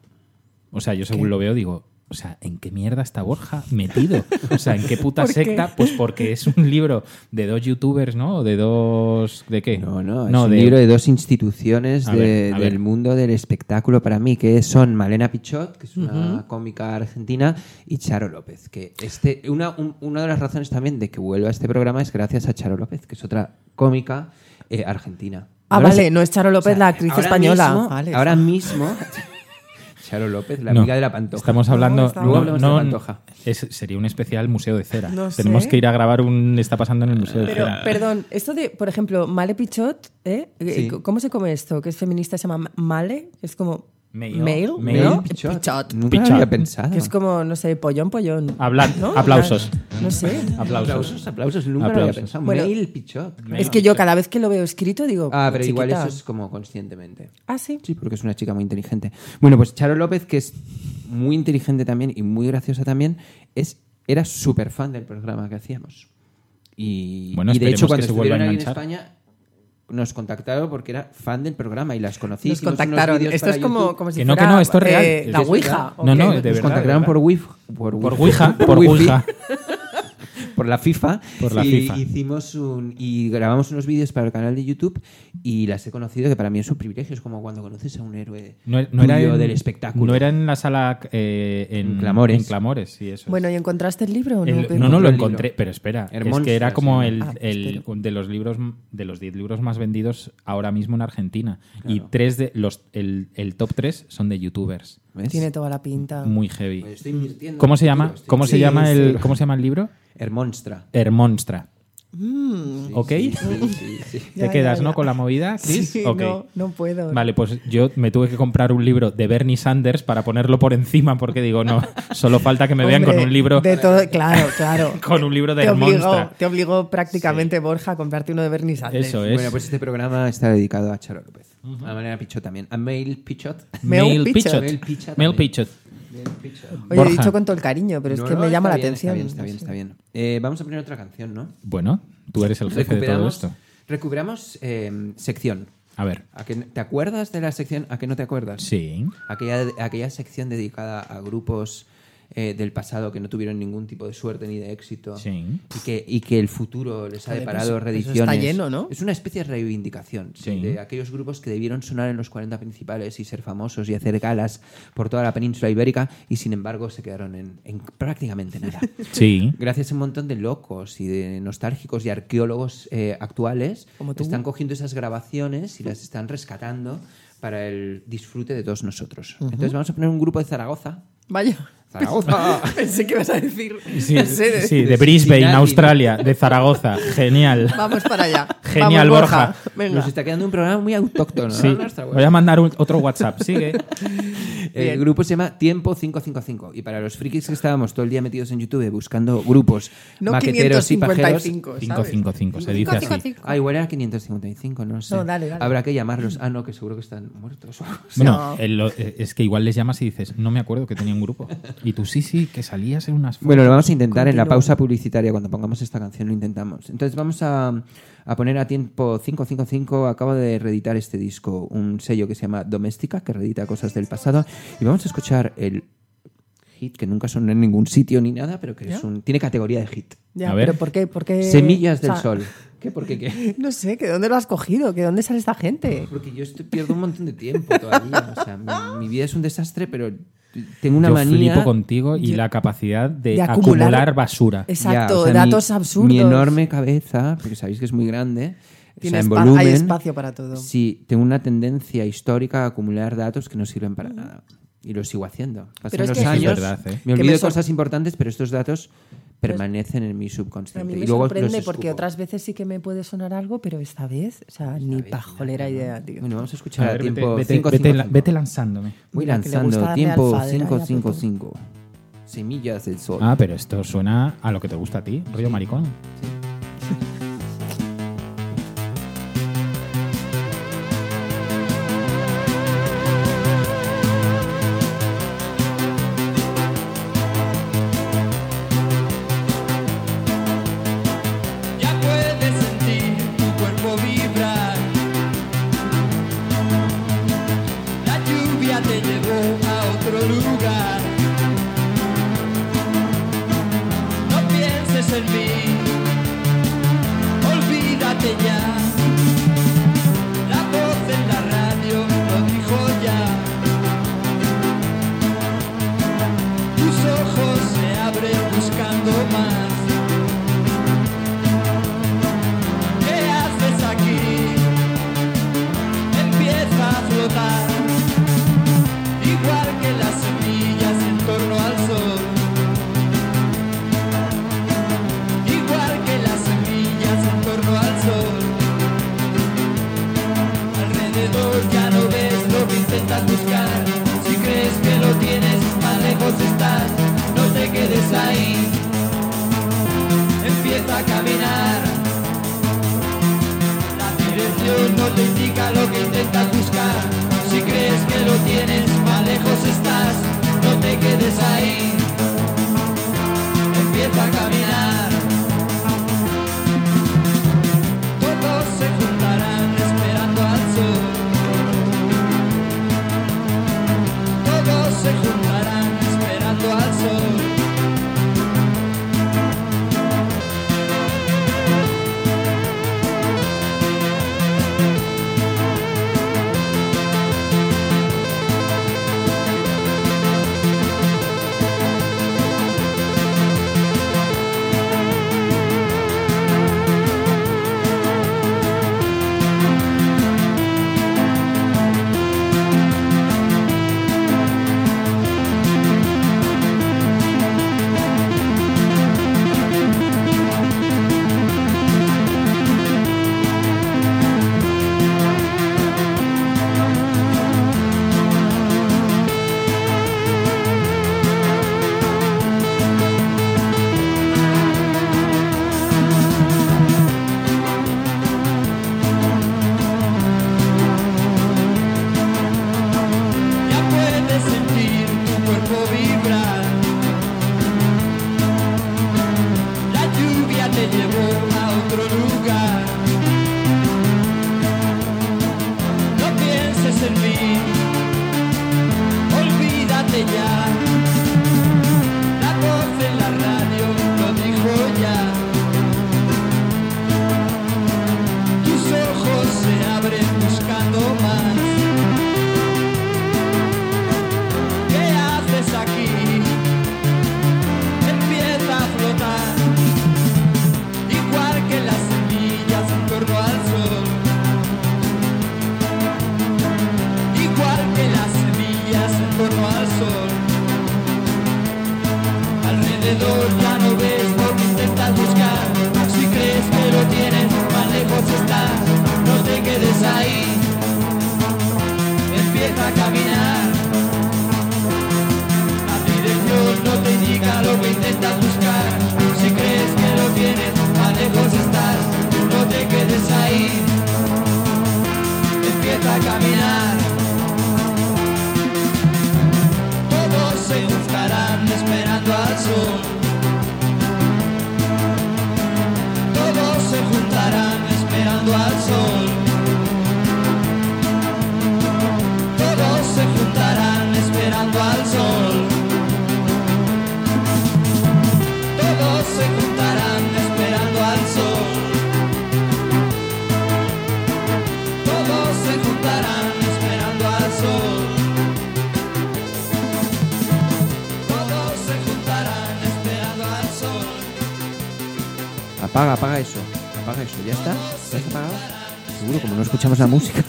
O sea, yo según lo veo digo. O sea, ¿en qué mierda está Borja metido? O sea, ¿en qué puta (laughs) ¿Por qué? secta? Pues porque es un libro de dos youtubers, ¿no? O de dos... ¿De qué? No, no, es un libro de dos instituciones A de- ver, a ver. del mundo del espectáculo para mí, que son Malena Pichot, que es una cómica argentina, y Charo López. Que este, una, un- una de las razones también de que vuelva a este programa es gracias a Charo López, que es otra cómica eh, argentina. Ah, No la vale, sé. no es Charo López, la actriz Ahora española. mismo- Vale. Ahora mismo, (laughs) Charo López, la No, amiga de la Pantoja. Estamos hablando. No, no, estamos- Luego hablamos de no, Pantoja. es- sería un especial Museo de Cera. No sé. Tenemos que ir a grabar un. Está pasando en el Museo de Pero, Cera. perdón, esto de, por ejemplo, Male Pichot, ¿eh? Sí. ¿Cómo se come esto? Que es feminista, se llama Male, que es como... Male. Male, Male ¿no? Pichot. Pichot. Nunca Pichot. lo había pensado. Que es como, no sé, pollón, pollón. Hablan- ¿No? aplausos. No sé. Aplausos. Aplausos, aplausos, nunca lo había Aplausos. pensado. Bueno, Mail Pichot. Es que yo cada vez que lo veo escrito digo... Ah, pero igual chiquita. eso es como conscientemente. Ah, sí. Sí, porque es una chica muy inteligente. Bueno, pues Charo López, que es muy inteligente también y muy graciosa también, es, era súper fan del programa que hacíamos. Y, Bueno, y de esperemos hecho, cuando que se vuelva estuvieron a aquí en enganchar. España, nos contactaron porque era fan del programa y las conocí. Nos hicimos unos contactaron. vídeos Esto para es como, YouTube. como si Que no, que fuera, no, esto es real. eh, la Es Ouija. No, no, ¿o qué? es de Nos verdad, contactaron de por verdad. Wi-Fi. Por Por Wi-Fi. Ouija, Por por Wi-Fi. Ouija. por la FIFA. Por la y FIFA. Hicimos un, y grabamos unos vídeos para el canal de YouTube y las he conocido, que para mí es un privilegio. Es como cuando conoces a un héroe No, e-, no era tuyo en, del espectáculo. No era en la sala eh, en, En Clamores. en Clamores, sí, eso. es. Bueno, ¿y encontraste el libro o no? El- Pedro? no, no, lo el encontré, libro. pero espera. que Es Hermonsa, que era como sí. el, Ah, el- espero. un de los libros, de los 10 libros más vendidos ahora mismo en Argentina. Y tres de los, el, el top 3 son de youtubers. ¿Ves? Tiene toda la pinta. Muy heavy. Pues estoy invirtiendo ¿Cómo en se llama? futuros, tío. este. ¿Cómo se Sí, llama sí. el, ¿cómo se llama el libro? (laughs) Hermonstra. Hermonstra. Sí, ¿Ok? sí, sí, (laughs) sí, sí. Te Ya, quedas, ya, ¿no? ya. Con la (laughs) movida, Chris. Sí, Ok. no, no puedo. Vale, pues yo me tuve que comprar un libro de Bernie Sanders para ponerlo por encima, porque digo, (laughs) no, solo falta que me vean Hombre, con un libro De todo, claro, claro. (laughs) con un libro de te, obligó, Hermonstra. te obligó prácticamente Borja a comprarte uno de Bernie Sanders. Eso es. Bueno, pues este programa está dedicado a Charo López. A manera Pichot también. A Mail (laughs) Pichot. Mel Mel Pichot. Pichot. Mel Pichot Mel también. Pichot. Oye, Borja. he dicho con todo el cariño, pero es No, que no, me está llama la bien, atención. Está bien, está no sé. bien, está bien. Eh, vamos a poner otra canción, ¿no? Bueno, tú eres el jefe de todo Recuperamos, esto. recuperamos eh, sección. A ver. ¿A que, ¿Te acuerdas de la sección? ¿A que no te acuerdas? Sí. Aquella, aquella sección dedicada a grupos eh, del pasado que no tuvieron ningún tipo de suerte ni de éxito. Sí. Y que, y que el futuro les ha Joder, deparado pues eso- eso reediciones. está lleno, ¿no? Es una especie de reivindicación sí, Sí. de aquellos grupos que debieron sonar en los 40 principales y ser famosos y hacer galas por toda la península ibérica y sin embargo se quedaron en, en prácticamente (laughs) nada. (laughs) Sí. Gracias a un montón de locos y de nostálgicos y arqueólogos eh, actuales, Como tú. están cogiendo esas grabaciones y las están rescatando para el disfrute de todos nosotros. Entonces vamos a poner un grupo de (laughs) Zaragoza. (laughs) Vaya. Zaragoza. Pensé que ibas a decir. Sí, en serio. sí, de de Brisbane, Cincinnati. Australia, de Zaragoza. Genial. Vamos para allá. (laughs) Genial, Vamos, Borja. Venga. Nos está quedando un programa muy autóctono. Sí. Nuestra web. Voy a mandar un- otro (laughs) WhatsApp. Sigue. El grupo se llama Tiempo 555 y para los frikis que estábamos todo el día metidos en YouTube buscando grupos No maqueteros y pajeros... 555, ¿sabes? 555, se dice así. Ah, igual era 555, no sé. No, dale, dale. Habrá que llamarlos. Ah, no, que seguro que están muertos. Bueno, el lo- eh, es que igual les llamas y dices, no me acuerdo que tenía un grupo. Y tú sí, sí, que salías en unas fotos. Bueno, lo vamos a intentar en la pausa publicitaria. Cuando pongamos esta canción, lo intentamos. Entonces, vamos a, a poner a tiempo 555. Acabo de reeditar este disco, un sello que se llama Doméstica, que reedita cosas del pasado. Y vamos a escuchar el hit que nunca son en ningún sitio ni nada, pero que es un, tiene categoría de hit: Ya, A ver. pero ¿por qué? por qué- Semillas Eh, o del sea, (laughs) Sol. ¿Qué? ¿Por qué qué? No sé, ¿que dónde lo has cogido? ¿Que dónde sale esta gente? Porque yo estoy- pierdo un montón de tiempo todavía. O sea, mi, mi vida es un desastre, pero tengo una Yo manía. flipo contigo y la capacidad de, de acumular, acumular- basura. Exacto, Ya, o sea, mi- datos absurdos. Mi enorme cabeza, porque sabéis que es muy grande, o sea, Tiene en espa- hay volumen. espacio para todo. Sí, tengo una tendencia histórica a acumular datos que no sirven para nada. Y lo sigo haciendo. Pasan Pero es los que- años, Es verdad, ¿eh? me Que olvido me de sor- cosas importantes, pero estos datos permanecen en mi A subconsciente. mí y me luego sorprende los porque escupo. otras veces sí que me puede sonar algo, pero esta vez, o sea, ni pajolera idea, tío. Bueno, vamos a escuchar A a ver, vete, tiempo vete- 5, vete 5, la- 5. vete lanzándome. Voy Mira, que le gusta lanzando darle tiempo alfadera, 5, ya, 5, Pepe. 5. Semillas del sol. Ah, pero esto suena a lo que te gusta a ti, rollo maricón. Ya puedes sentir tu cuerpo vibrar. La lluvia te llevó a otro lugar. No pienses en mí, olvídate ya. La voz en la radio lo dijo ya. Tus ojos se abren buscando más. ¿Qué haces aquí? Empieza a flotar, igual que las semillas en torno al sol. Igual que las semillas en torno al sol. Alrededor ya no ves lo que intentas buscar. Si crees que lo tienes, más lejos estás. No te quedes ahí. Empieza a caminar. La dirección no te indica lo que intentas buscar. Si crees que lo tienes, más lejos estás. No te quedes ahí. Empieza a caminar. Todos se juntarán en otro lugar. No pienses en mí, olvídate ya. La voz en la radio lo dijo ya. Tus ojos se abren buscando más. ¿Qué haces aquí? Empieza a flotar, igual que las semillas en torno al sol. Igual que las semillas en torno al sol. Alrededor ya no ves lo que intentas buscar. Si crees que lo tienes, más lejos estás. No te quedes ahí. Empieza a caminar. La dirección no te indica lo que intentas buscar. Si crees que lo tienes, más lejos estás. No te quedes ahí. Empieza a caminar. Todos se buscarán esperando al sol. Todos se juntarán esperando al sol. Todos se juntarán esperando al sol. Todos se juntarán esperando al sol. Todos se juntarán esperando al sol. Todos se juntarán esperando al sol. Apaga, apaga eso. Apaga eso. ¿Ya está? ¿Ya has apagado? Seguro, como no escuchamos la música.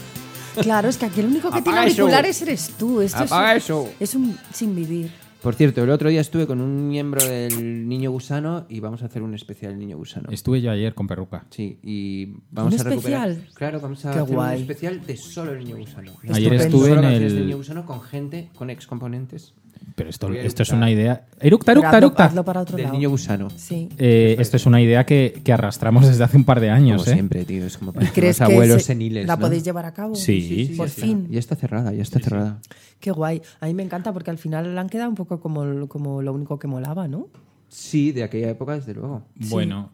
Claro, es que aquí el único que tiene Apaga eso. auriculares eres tú. Esto es Apaga un- eso. Es un sin vivir. Por cierto, el otro día estuve con un miembro del Niño Gusano y vamos a hacer un especial Niño Gusano. Estuve yo ayer con perruca. Sí, y vamos ¿Un a recuperar. especial? Claro, vamos a Qué hacer guay. un especial de solo el Niño Gusano. Ayer Estupendo. estuve Solo en canciones del Niño el. Gusano con gente, con excomponentes Pero esto, Voy a esto es eructar. una idea. ¡Eructa, Pero eructa, hazlo- eructa! hazlo para otro del lado. Niño Gusano. Sí. Eh, esto es una idea que, que arrastramos desde hace un par de años, Como ¿eh? siempre, tío, es como para ¿Crees los abuelos se- seniles. la ¿no? podéis llevar a cabo? Sí, Por ya está. fin. Ya está cerrada, ya está cerrada. Qué guay. A mí me encanta porque al final han quedado un poco como, como lo único que molaba, ¿no? Sí, de aquella época, desde luego. Bueno,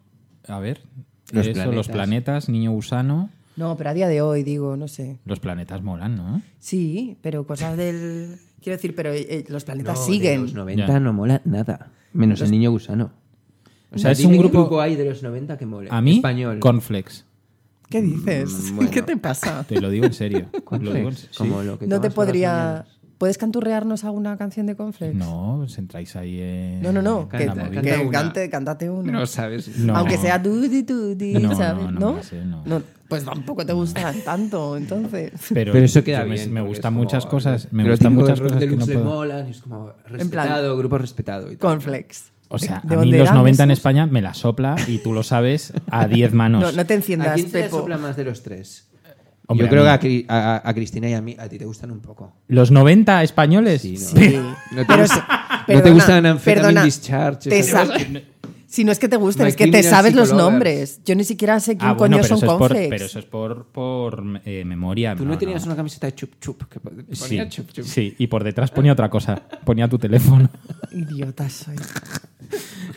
a ver. Los eso, planetas. los planetas, niño gusano. No, pero a día de hoy digo, no sé. Los planetas molan, ¿no? Sí, pero cosas del... Quiero decir, pero eh, eh, los No, planetas de siguen. los 90 Ya. no mola nada. Menos el niño gusano. O sea, Es es un un grupo- grupo... hay de los 90 que mola. A mí, Español. Conflex. ¿Qué dices? Mm, bueno. (laughs) ¿Qué te pasa? Te lo digo (laughs) en serio. Cornflakes, Lo digo en serio. como lo que No te tomas por las podría... mañanas. ¿Puedes canturrearnos alguna canción de Conflex? No, os entráis ahí en. No, no, no. en que, la Canta- movida. que canta una. cante- cántate una. No sabes. No. Aunque sea duty duty, No, ¿sabes? no, no me la sé, no. Pues tampoco te gusta (laughs) tanto, entonces. Pero, Pero, eso queda yo me- bien. Me, porque gustan es como- muchas cosas. Me Pero gustan tipo, muchas rock cosas que no deluxe le puedo. molan, y es como En plan- respetado, grupo respetado. Y tal. Conflex. O sea, ¿De a mí dónde los eran 90 en esos? España me la sopla y tú lo sabes (laughs) a 10 manos. No, no te ¿A enciendas, quién te le Pepo. sopla más de los tres? Hombre, Yo creo a que a, Cri- a- a- a Cristina y a mí, a ti te gustan un poco. Los 90 españoles. Sí, ¿no? (laughs) Sí. No te Pero gusta- se- no te perdona, gustan Amphetamine perdona, Discharge, te esas sa- Si no es que te gusten, My es que te Criminal sabes los Psycholovers. nombres. Yo ni siquiera sé quién Ah, bueno, coño pero son eso, es por, Conflex. pero eso es por, por, eh, memoria. Tú no, no, no. tenías una camiseta de chup chup que ponía Sí, chup chup. sí, y por detrás ponía otra cosa. Ponía tu teléfono. (laughs) Idiota soy.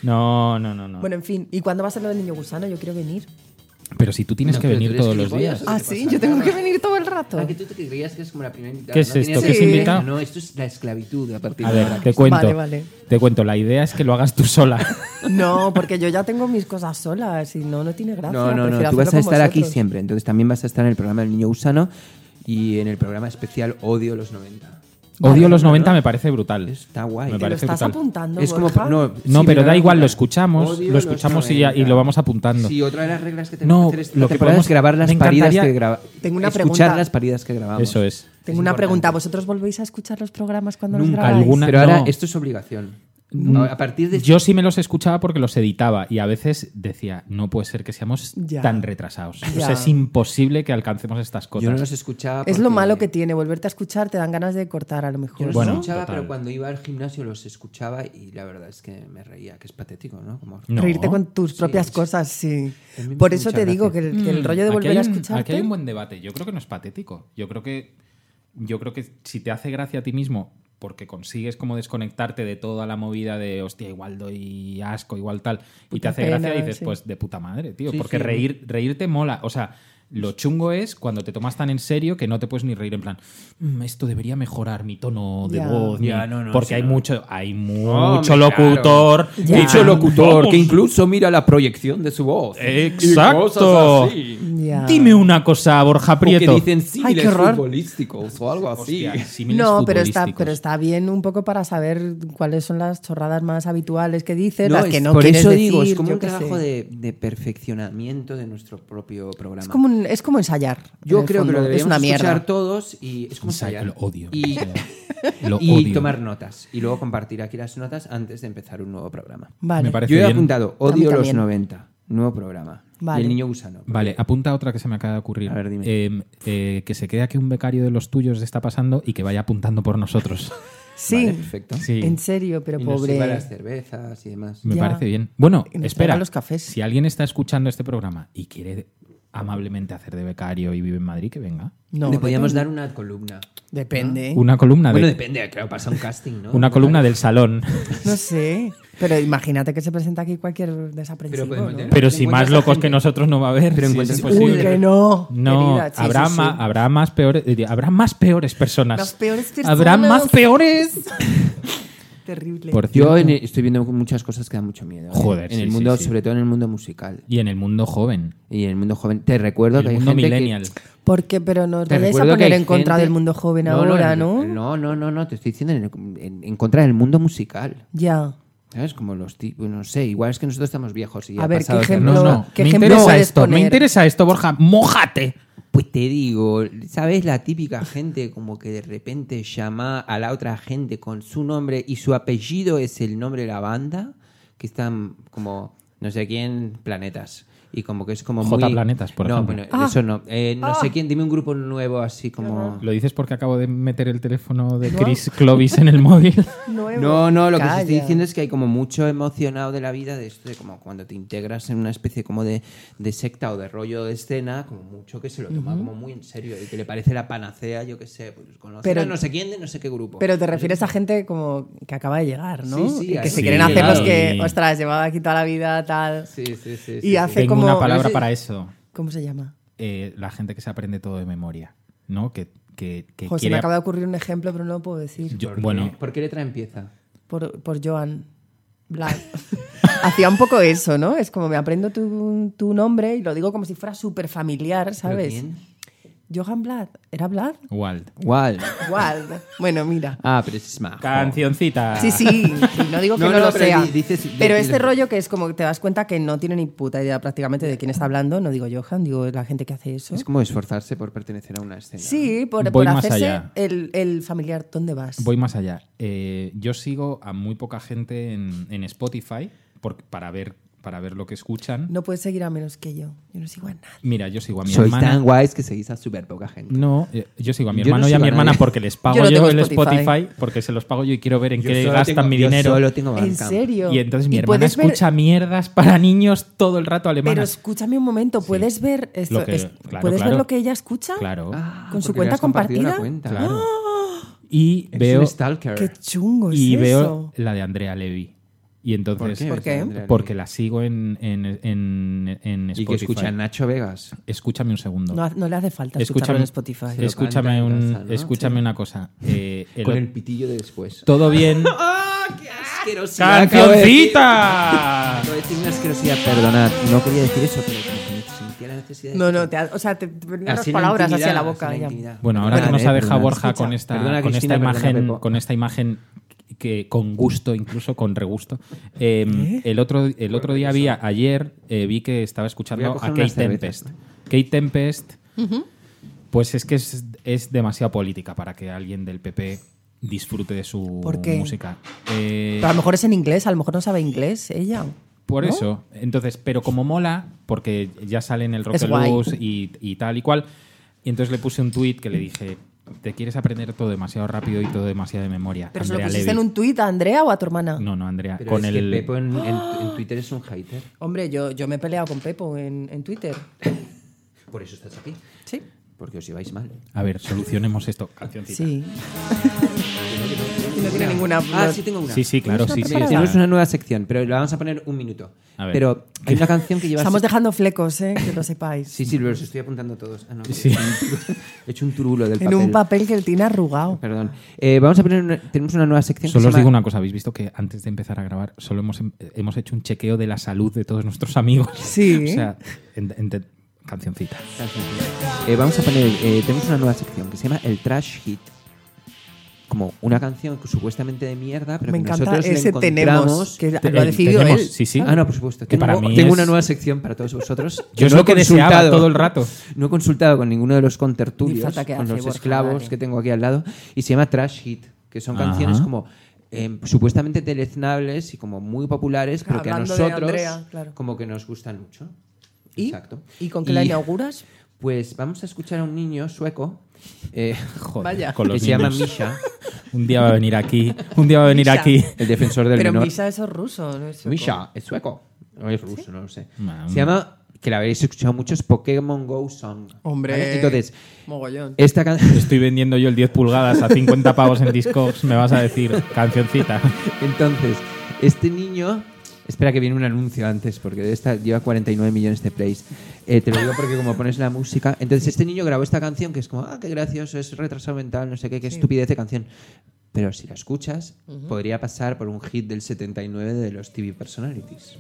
No, no, no, no. Bueno, en fin. ¿Y cuándo va a ser lo del niño gusano? Yo quiero venir. pero si tú tienes No, que pero tú venir eres todos los gilipollas, días. ¿o qué Ah, te sí, pasa? yo tengo que venir todo el rato. Ah, que tú te creías que es como la primera invitada. ¿Qué es no tenías esto? que ¿Qué es decir, invitado? No, esto es la esclavitud a partir A de ver, ahora. te cuento. Vale, vale. Te cuento, la idea es que lo hagas (laughs) tú sola. No, porque yo ya tengo mis cosas solas y no, no tiene gracia. Ah, No, no, no. Prefiero Tú vas a hacerlo con estar aquí vosotros. siempre. Entonces también vas a estar en el programa del Niño Gusano y en el programa especial Odio los 90. (laughs) Odio los 90 me parece brutal. Está guay. Me ¿Te lo parece estás brutal. apuntando, Es como. Borja? No, No, sí, pero me da da igual, lo cuenta. escuchamos, Odio lo los escuchamos y, ya- y 90. lo vamos apuntando. Sí, otra de las reglas que tenemos No, que hacer esta lo que temporada podemos- es grabar las me paridas encantaría- que grabamos. Tengo una escuchar pregunta. las paridas que grabamos. Eso es. Tengo una pregunta. ¿Vosotros volvéis a escuchar los programas cuando los Nunca, grabáis? alguna- Pero ahora No. esto es obligación. A partir de Yo sí me los escuchaba porque los editaba y a veces decía, no puede ser que seamos Ya. tan retrasados. O sea, Ya. es imposible que alcancemos estas cosas. Yo no los escuchaba. Es lo porque- malo que tiene. Volverte a escuchar te dan ganas de cortar a lo Yo mejor. los Bueno, escuchaba, total. pero cuando iba al gimnasio los escuchaba y la verdad es que me reía, que es patético, ¿no? Como... No. Reírte con tus Sí, propias es- cosas, sí. A mí me Por hace eso mucha te digo que gracia. el, que el rollo de Mm. Aquí volver hay a un- Aquí hay escucharte. un buen debate. Yo creo que no es patético. Yo creo que, yo creo que si te hace gracia a ti mismo porque consigues como desconectarte de toda la movida de hostia, igual doy asco, igual tal, y te hace pena, gracia y dices, sí. pues de puta madre, tío, Sí, porque sí. reír, reírte mola, o sea, lo chungo es cuando te tomas tan en serio que no te puedes ni reír en plan, "Mm, esto debería mejorar mi tono de Ya. voz, mi-". Ya, no, no, porque sí, hay no. Oh, mucho hay mucho Hombre, locutor, claro. Ya. Dicho locutor, Vamos, que incluso mira la proyección de su voz. Eh, Exacto. Y cosas así. Ya. Dime una cosa, Borja O que Prieto. dicen Ay, qué símiles horror. futbolísticos o algo así. (laughs) Hostia, símiles No, pero está, futbolísticos. pero está bien un poco para saber cuáles son las chorradas más habituales que dices, las es- que no por quieres eso digo, decir, es como yo un qué sé. trabajo de, de perfeccionamiento de nuestro propio programa. Es como, un- es como ensayar. en Yo el creo que fondo. lo Es una deberíamos mierda. escuchar todos y es como O sea, ensayar. lo odio. (laughs) Y, O sea, lo (laughs) y odio. tomar notas. Y luego compartir aquí las notas antes de empezar un nuevo programa. Vale. Me parece Yo he bien. apuntado A mí Odio los también. 90, nuevo programa. Vale. Y el niño gusano. Vale, apunta otra que se me acaba de ocurrir. A ver, dime. Eh, eh, que se crea que un becario de los tuyos está pasando y que vaya apuntando por (laughs) nosotros. Sí, Vale, perfecto. Sí. en serio, pero y nos pobre. sirva las cervezas y demás. Me Ya. parece bien. Bueno, Y nos espera. traiga los cafés. Si alguien está escuchando este programa y quiere amablemente hacer de becario y vive en Madrid, que venga. No, Le podíamos dar una columna. depende. Una columna Bueno, de, depende, claro, pasa un casting, ¿no? una columna del (laughs) salón. No sé. Pero imagínate que se presenta aquí cualquier desaprensivo. Pero Pues podemos ¿no? tener- Pero si más Encuentras a locos que gente. nosotros no va a haber. Pero si encuentras es gente. Uy, posible. que no. No, querida. Sí, habrá, sí, ma- ah, sí. habrá más peores, eh, habrá más peores personas. Las peores Habrá personas. más (laughs) peores. Terrible. Por Yo cierto, en el- estoy viendo muchas cosas que dan mucho miedo. ¿eh? Joder, En sí, el mundo, sí, sí. sobre todo en el mundo musical. y en el mundo joven, Y en el mundo joven. Te recuerdo el que hay mundo gente millennial. que... ¿Por qué? Pero nos Te vais a recuerdo que poner hay en contra gente- del mundo joven No, ahora, en- ¿no? No, no, no, no, te estoy diciendo en, en- en contra del mundo musical. Ya. ¿Sabes? Como los tipos, no sé, igual es que nosotros estamos viejos y A ya ver, pasados ¿qué de ejemplo- No, los- no, ¿qué me ejemplo interesa puedes esto, me poner? interesa esto, Borja, mójate. Pues te digo, ¿sabes la típica gente como que de repente llama a la otra gente con su nombre y su apellido es el nombre de la banda? Que están como, no sé quién, planetas. Y como que es como J muy... Planetas, por no, ejemplo. bueno, eso no. Eh, no sé quién, dime un grupo nuevo así como... Lo dices porque acabo de meter el teléfono de Chris Clovis en el (laughs) móvil. No, no, lo que Calla. te estoy diciendo es que hay como mucho emocionado de la vida, de esto de como cuando te integras en una especie como de, de secta o de rollo de escena, como mucho que se lo toma como muy en serio y que le parece la panacea, yo qué sé, pues conocer Pero- a no sé quién de no sé qué grupo. Pero te refieres a gente como que acaba de llegar, ¿no? Sí, sí, y que ahí se sí, quieren hacer los claro. que, Sí. ostras, llevaba aquí toda la vida, tal. Sí, sí, sí. Y sí, sí. hace- Tengo como- una palabra Ese- para eso. ¿Cómo se llama? Eh, la gente que se aprende todo de memoria, ¿no? Que, que, que José, quiere- me acaba de ocurrir un ejemplo, pero no lo puedo decir. Yo- ¿Por qué? bueno, ¿Por qué letra empieza? Por, por Joan Black. Hacía un poco eso, ¿no? Es como me aprendo tu, tu nombre y lo digo como si fuera súper familiar, ¿Pero ¿sabes? quién? Johan Blad. ¿Era Blad? Wald. Igual. Wald. Bueno, mira. Ah, pero es más. Cancioncita. Sí, sí, sí, no digo que No, no, no, lo pero sea. di- dices- pero di- este rollo que es como que te das cuenta que no tiene ni puta idea prácticamente de quién está hablando, no digo Johan, digo la gente que hace eso. Es como esforzarse por pertenecer a una escena. Sí, por, Voy por más hacerse allá. el, el familiar, ¿dónde vas? Voy más allá. Eh, yo sigo a muy poca gente en, en Spotify por- para, ver, para ver lo que escuchan. No puedes seguir a menos que yo. Yo no sigo a nadie. Mira, yo sigo a mi Sois hermana. tan guays que seguís a súper poca gente. No, eh, yo sigo a mi Yo no hermano y a sigo mi a hermana nadie. porque les pago (laughs) Yo no yo, tengo el Spotify. Spotify. porque se los pago yo y quiero ver en Yo qué solo gastan tengo- mi yo dinero. solo tengo ¿En Bandcamp. serio? Y entonces mi hermana puedes ver- escucha mierdas para niños todo el rato Pero alemanas. escúchame un momento, ¿puedes ver esto? Lo que- es- claro, ¿Puedes claro. ver lo que ella escucha? Claro, Ah, ¿Con su porque cuenta has compartido la compartida? Ah. cuenta. claro. Y Eres veo, un stalker. Qué pues chungo es y veo eso. la de Andrea Levy. Y entonces, ¿Por qué? Alexandra? porque la sigo en, en, en, en Spotify. Y que escucha Nacho Vegas. Escúchame un segundo. No, ha- no le hace falta escúchame escucharlo en Spotify. lo Escúchame, canta en un- casa, ¿no? escúchame una cosa. Eh, el- Con el pitillo de después. Todo (laughs) bien. ¡Ah! ¡Asquerosidad! ¡Cancioncita! Acabo de decir una asquerosidad, perdonad. No quería decir eso, pero como que sentía la necesidad de... No, no, te ha- o sea, te, te ponen las Así en la palabras intimidad, hacia así la en boca. ya. intimidad. Bueno, ahora que Perdonad, nos ha eh, dejado perdonad. Borja con esta, Perdona, con Cristina, esta perdona, imagen, Pepo. con esta imagen que con gusto, incluso con regusto. Eh, el otro, el otro día vi, ayer eh, vi que estaba escuchando Voy a a, coger Kate unas cervezas. Tempest. Kate Tempest, pues es que es, es demasiado política para que alguien del PP disfrute de su ¿Por qué? música. Eh, Pero a lo mejor es en inglés, a lo mejor no sabe inglés ella. Por ¿no? eso. Entonces, pero como mola, porque ya sale en el Rock Es and guay. Blues y, y tal y cual. Y entonces le puse un tuit que le dije, te quieres aprender todo demasiado rápido y todo demasiado de memoria. ¿Pero se lo Andrea pusiste Levy". en un tuit a Andrea o a tu hermana? No, no, Andrea. Pero con es el... que Pepo en, en- en Twitter es un hater. Hombre, yo, yo me he peleado con Pepo en, en Twitter. Por eso estás aquí. Sí. porque os ibais mal. A ver, solucionemos esto. Cancioncita. (laughs) Sí. no tiene ninguna. Ah, sí, tengo una. Sí, sí, claro, sí, sí. está- Tenemos una nueva sección, pero la vamos a poner un minuto. A ver. Pero hay una canción que lleva... Estamos dejando flecos, ¿eh? que lo sepáis. Sí, sí, los estoy apuntando todos. Ah, no, Sí. He hecho un (laughs) turulo del en papel. un papel que él tiene arrugado. Perdón. Eh, vamos a poner una- tenemos una nueva sección. que Solo se os llama- digo una cosa, habéis visto que antes de empezar a grabar solo hemos, em- hemos hecho un chequeo de la salud de todos nuestros amigos. (laughs) Sí. o sea, en- en- cancioncita. Eh, vamos a poner. eh, tenemos una nueva sección que se llama el Trash Hit. Como una canción que supuestamente de mierda, pero Me que encanta nosotros le ese encontramos- tenemos que Te- lo ha eh, decidido tenemos- él. Sí, sí. Ah, no, por supuesto. Que Tengo, para mí tengo es- una nueva sección para todos (laughs) vosotros. Yo es no lo que he consultado- deseaba todo el rato. No he consultado con ninguno de los contertulios, Disfruta que con hace, los Borja, esclavos dale. que tengo aquí al lado, y se llama Trash Hit, que son canciones Ajá. como eh, supuestamente deleznables y como muy populares, pero que a Hablando de nosotros Andrea, claro. como que nos gustan mucho. ¿Y? Exacto. ¿Y con qué la inauguras? Pues vamos a escuchar a un niño sueco eh, Joder, Vaya. con que los se llama niños. Misha, Un día va a venir aquí, un día va a venir Misha. aquí. el defensor del Pero menor. Misha, eso es ruso. ¿no? Es Misha, es sueco. No es ruso, no lo sé. Mam. Se llama, que la habréis escuchado mucho, es Pokémon Go Song. Hombre. ¿vale? Entonces, eh, Mogollón. esta canción. Estoy vendiendo yo el 10 pulgadas a 50 pavos en Discogs, me vas a decir cancioncita. (laughs) Entonces, este niño. Espera que viene un anuncio antes, porque de esta lleva 49 millones de plays. Eh, te lo digo porque como pones la música... Entonces este niño grabó esta canción que es como, ah, qué gracioso, es retrasado mental, no sé qué, qué estupidez de canción. Pero si la escuchas, podría pasar por un hit del 79 de los TV Personalities.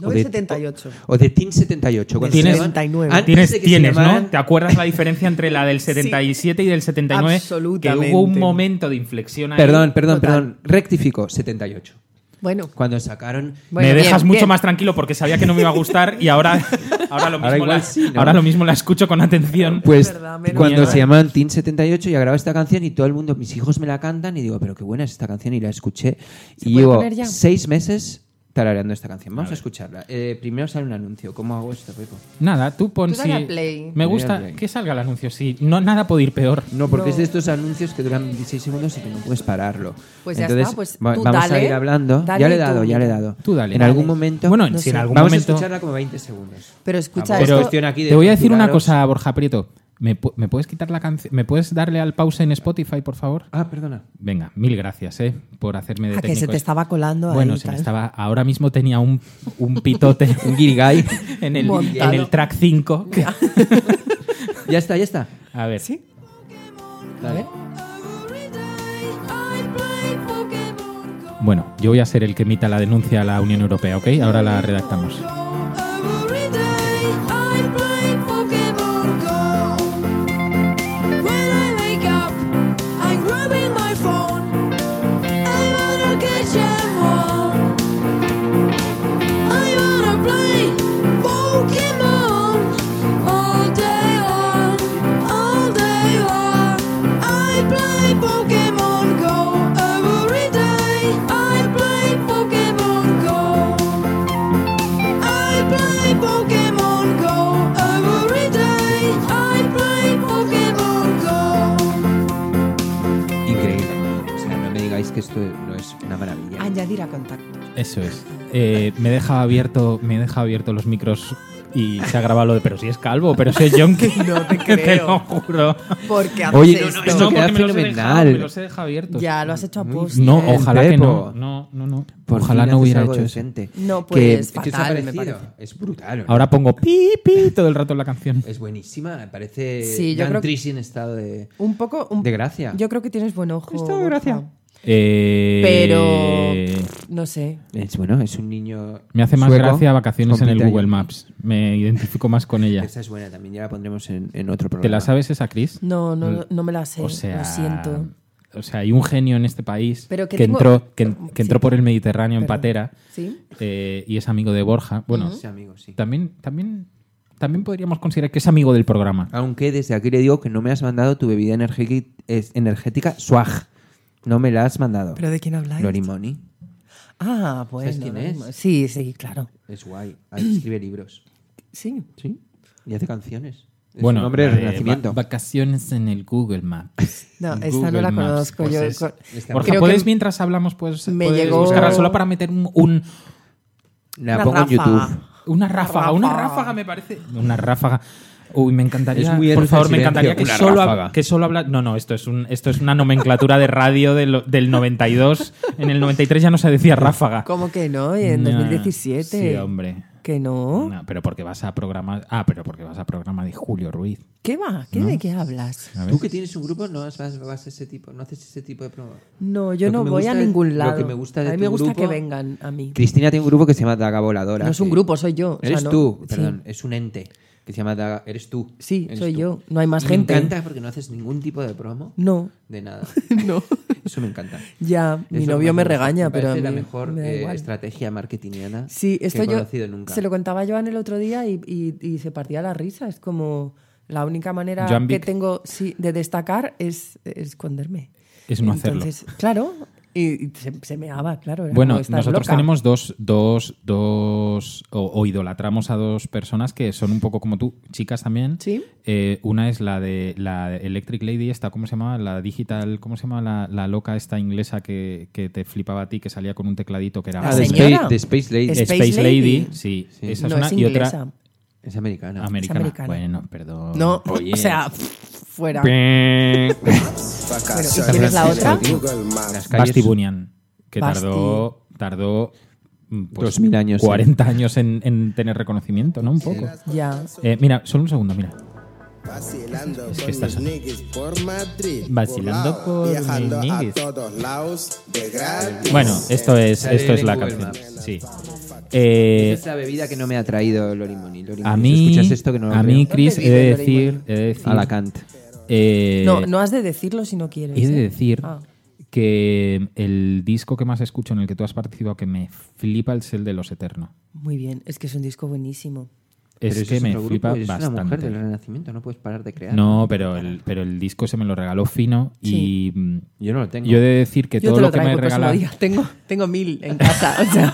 No, O del de- 78. O, o de Teen 78. cuando Del se llamaban- 79. antes de Tienes, que se tienes ¿no? llamaran- ¿Te acuerdas la diferencia entre la del 77 y del 79? Que absolutamente. hubo un momento de inflexión ahí. Perdón, perdón, Total. perdón. Rectifico, 78. Bueno, Cuando sacaron... Bueno, me bien, dejas mucho bien. más tranquilo porque sabía que no me iba a gustar y (laughs) ahora, ahora, lo, mismo Ahora igual la, sí, ¿no? ahora lo mismo la escucho con atención. Pues Es verdad, menos cuando mierda. se llaman Teen 78 yo grabé esta canción y todo el mundo, mis hijos me la cantan y digo, pero qué buena es esta canción y la escuché. Y puede llevo poner ya? seis meses tarareando esta canción. Vamos a, escucharla. Eh, primero sale un anuncio. ¿Cómo hago esto, Pepo? Nada, tú pon Tú si... dale a play. Me Dale a gusta play. que salga el anuncio, sí. No, nada puede ir peor. No, porque es de estos anuncios que duran 16 segundos y que no puedes pararlo. Pues ya Entonces, está, pues va- tú vamos a dale, ir hablando. dale Ya le he tú, dado, ya mira. le he dado. Tú dale. En Dale. algún momento. Bueno, No si en sé. algún vamos momento- a escucharla como 20 segundos. pero escucha Vamos. esto. Pero cuestión aquí de te voy a decir una censuraros. cosa, Borja Prieto. ¿Me, pu- me puedes quitar la canción? ¿Me puedes darle al pause en Spotify, por favor? Ah, perdona. Venga, mil gracias, ¿eh? Por hacerme de Ah, que se técnico. te estaba colando Bueno, ahí, se me tal. estaba... Ahora mismo tenía un, un (laughs) pitote Un guirigay. en, el, Montado. en el track (laughs) 5. ya está, ya está. A ver. Dale. Bueno, yo voy a ser el que emita la denuncia a la Unión Europea, ¿ok? Ahora la redactamos. Pokemon Go every day. I play Pokemon Go. I play Pokemon Go every day. I play Pokemon Go. Increíble. O sea, no me digáis que esto no es una maravilla. Añadir a contacto. Eso es. Eh, me deja abierto, me deja abierto los micros y se ha grabado lo de. Pero si es calvo, pero (laughs) si es yonki. No te (laughs) Te creo. lo juro. Porque haces Oye, no, no, esto? esto queda porque me los he fenomenal. dejado, me los he dejado abiertos. Ya lo has hecho a post. No, Bien, ojalá que Pepo. no. No, no, no. Por ojalá fin no haces hubiera algo hecho eso. decente. No, Que- pues, ¿qué os ha fatal, me parecido? parece. Es brutal. ¿o no? Ahora pongo pi, pi todo el rato en la canción. Es buenísima, parece Sí, yo Dan creo que- Trisi en estado de, Un poco. un- de gracia. Yo creo que tienes buen ojo. Esto, Eh. Borja. gracias. Eh, Pero. No sé. Es bueno, es un niño. Me hace más sueco gracia vacaciones con en el pinta de- Google Maps. Me identifico más con ella. Esa es buena también, ya la pondremos en, en otro programa. ¿Te la sabes esa, Cris? No, no, no me la sé. O sea, Lo siento. O sea, hay un genio en este país Pero que que, tengo- entró, que, en- que Sí. entró por el Mediterráneo en Perdón. patera ¿Sí? eh, y es amigo de Borja. Bueno, Sí, amigo, sí. también, también, también podríamos considerar que es amigo del programa. Aunque desde aquí le digo que no me has mandado tu bebida energética, es- energética Swag. No me la has mandado. ¿Pero de quién habláis? Lorimoni. Ah, bueno. quién es? Sí, sí, claro. Es guay. (clears throat) Ahí escribe libros. Sí. Sí. Y hace canciones. Es bueno, un hombre eh, de renacimiento. va- vacaciones en el (laughs) Google Maps. No, En esta no la Maps. conozco. Pues yo es- con- Está Borja, bien. Creo ¿puedes que mientras hablamos? Pues, me puedes llegó- buscarla solo para meter un- un La Una pongo en ráfaga. YouTube. Una ráfaga, Ráfaga. una ráfaga me parece. Una ráfaga. Uy, me encantaría. Es muy por Héroes favor, del me encantaría que Silencio, una solo, hab- ráfaga. que solo habla. No, no, esto es, un, esto es una nomenclatura de radio de lo- del 92. En el 93 ya no se decía ráfaga. ¿Cómo que no? Y en Nah, 2017. Sí, hombre. ¿Que no? No, pero porque vas a programa. Ah, pero porque vas a programa de Julio Ruiz. ¿Qué va? ¿Qué ¿De qué hablas? A ver. Tú que tienes un grupo no has- vas, vas ese tipo, no haces ese tipo de promo. No, yo Lo que no me voy a gusta es- ningún lado. Lo que me gusta de a mí me tu gusta grupo- que vengan a mí. Cristina tiene un grupo que se llama Daga Voladora. No es un que- grupo, soy yo, o sea, Eres no- tú, sí. perdón, es un ente que se llama Daga. Eres tú. Sí, eres soy tú. yo. No hay más Y gente. ¿eh? Me encanta porque no haces ningún tipo de promo (laughs) No, de (laughs) nada. no. Eso me encanta. Ya, mi Es lo novio que más me gusta. regaña, pero a parece la mí mejor me da eh, igual. estrategia marketingiana Sí, esto que he yo conocido nunca. se lo contaba a Joan el otro día y, y- y se partía la risa. Es como la única manera Joan que Vic. tengo sí, de destacar es, es esconderme. Es no hacerlo. Entonces, claro, y, y se, se meaba, claro. era Bueno, como, "Estás nosotros loca". tenemos dos, dos, dos o, o idolatramos a dos personas que son un poco como tú, chicas también. Sí. Eh, una es la de la Electric Lady, esta, ¿cómo se llama? La digital, ¿cómo se llama? La, la loca esta inglesa que, que te flipaba a ti, que salía con un tecladito que era La Ah, de, Space- Space, señora. de Space Lady. Es- Space, Space Lady. Lady. Sí, Sí. esa es no, una. es y otra inglesa. Es americana. americana. americana. Bueno, perdón. No, (laughs) Oye. o sea, fuera. Vacaciones. Bueno, ¿y quién es la otra? Google Maps. Las calles- Basti Bunyan, que Basti. tardó, tardó mm, pues, 2000 años, 40 años en, en tener reconocimiento, ¿no? Un poco. Ya. Eh, mira, solo un segundo, mira. Vacilando Es que con estás- mis niggas por Madrid. Vacilando volao, con mis Viajando niggas. a todos lados de gratis. Bueno, esto es, Sale esto es en la Google canción. Maps. Sí. Eh, Esa es la bebida que no me ha traído Lorimoni. a si mí, escuchas esto que no lo a mí, creo. Chris, ¿Dónde he de vive decir, Doraemon? he de decir, a la Kant. eh, No, no has de decirlo si no quieres. he de ¿eh? decir Ah. que el disco que más escucho en el que tú has participado que me flipa es el de Los Eterno. Muy bien, es que es un disco buenísimo. Es Pero ese que es me otro flipa grupo, es bastante. una mujer del Renacimiento, no puedes parar de crear. No, pero el, pero el disco se me lo regaló fino y mm, Yo no lo tengo. yo he de decir que Yo todo te lo, lo, que traigo me el próximo regala. día. Tengo, tengo mil en casa. o sea.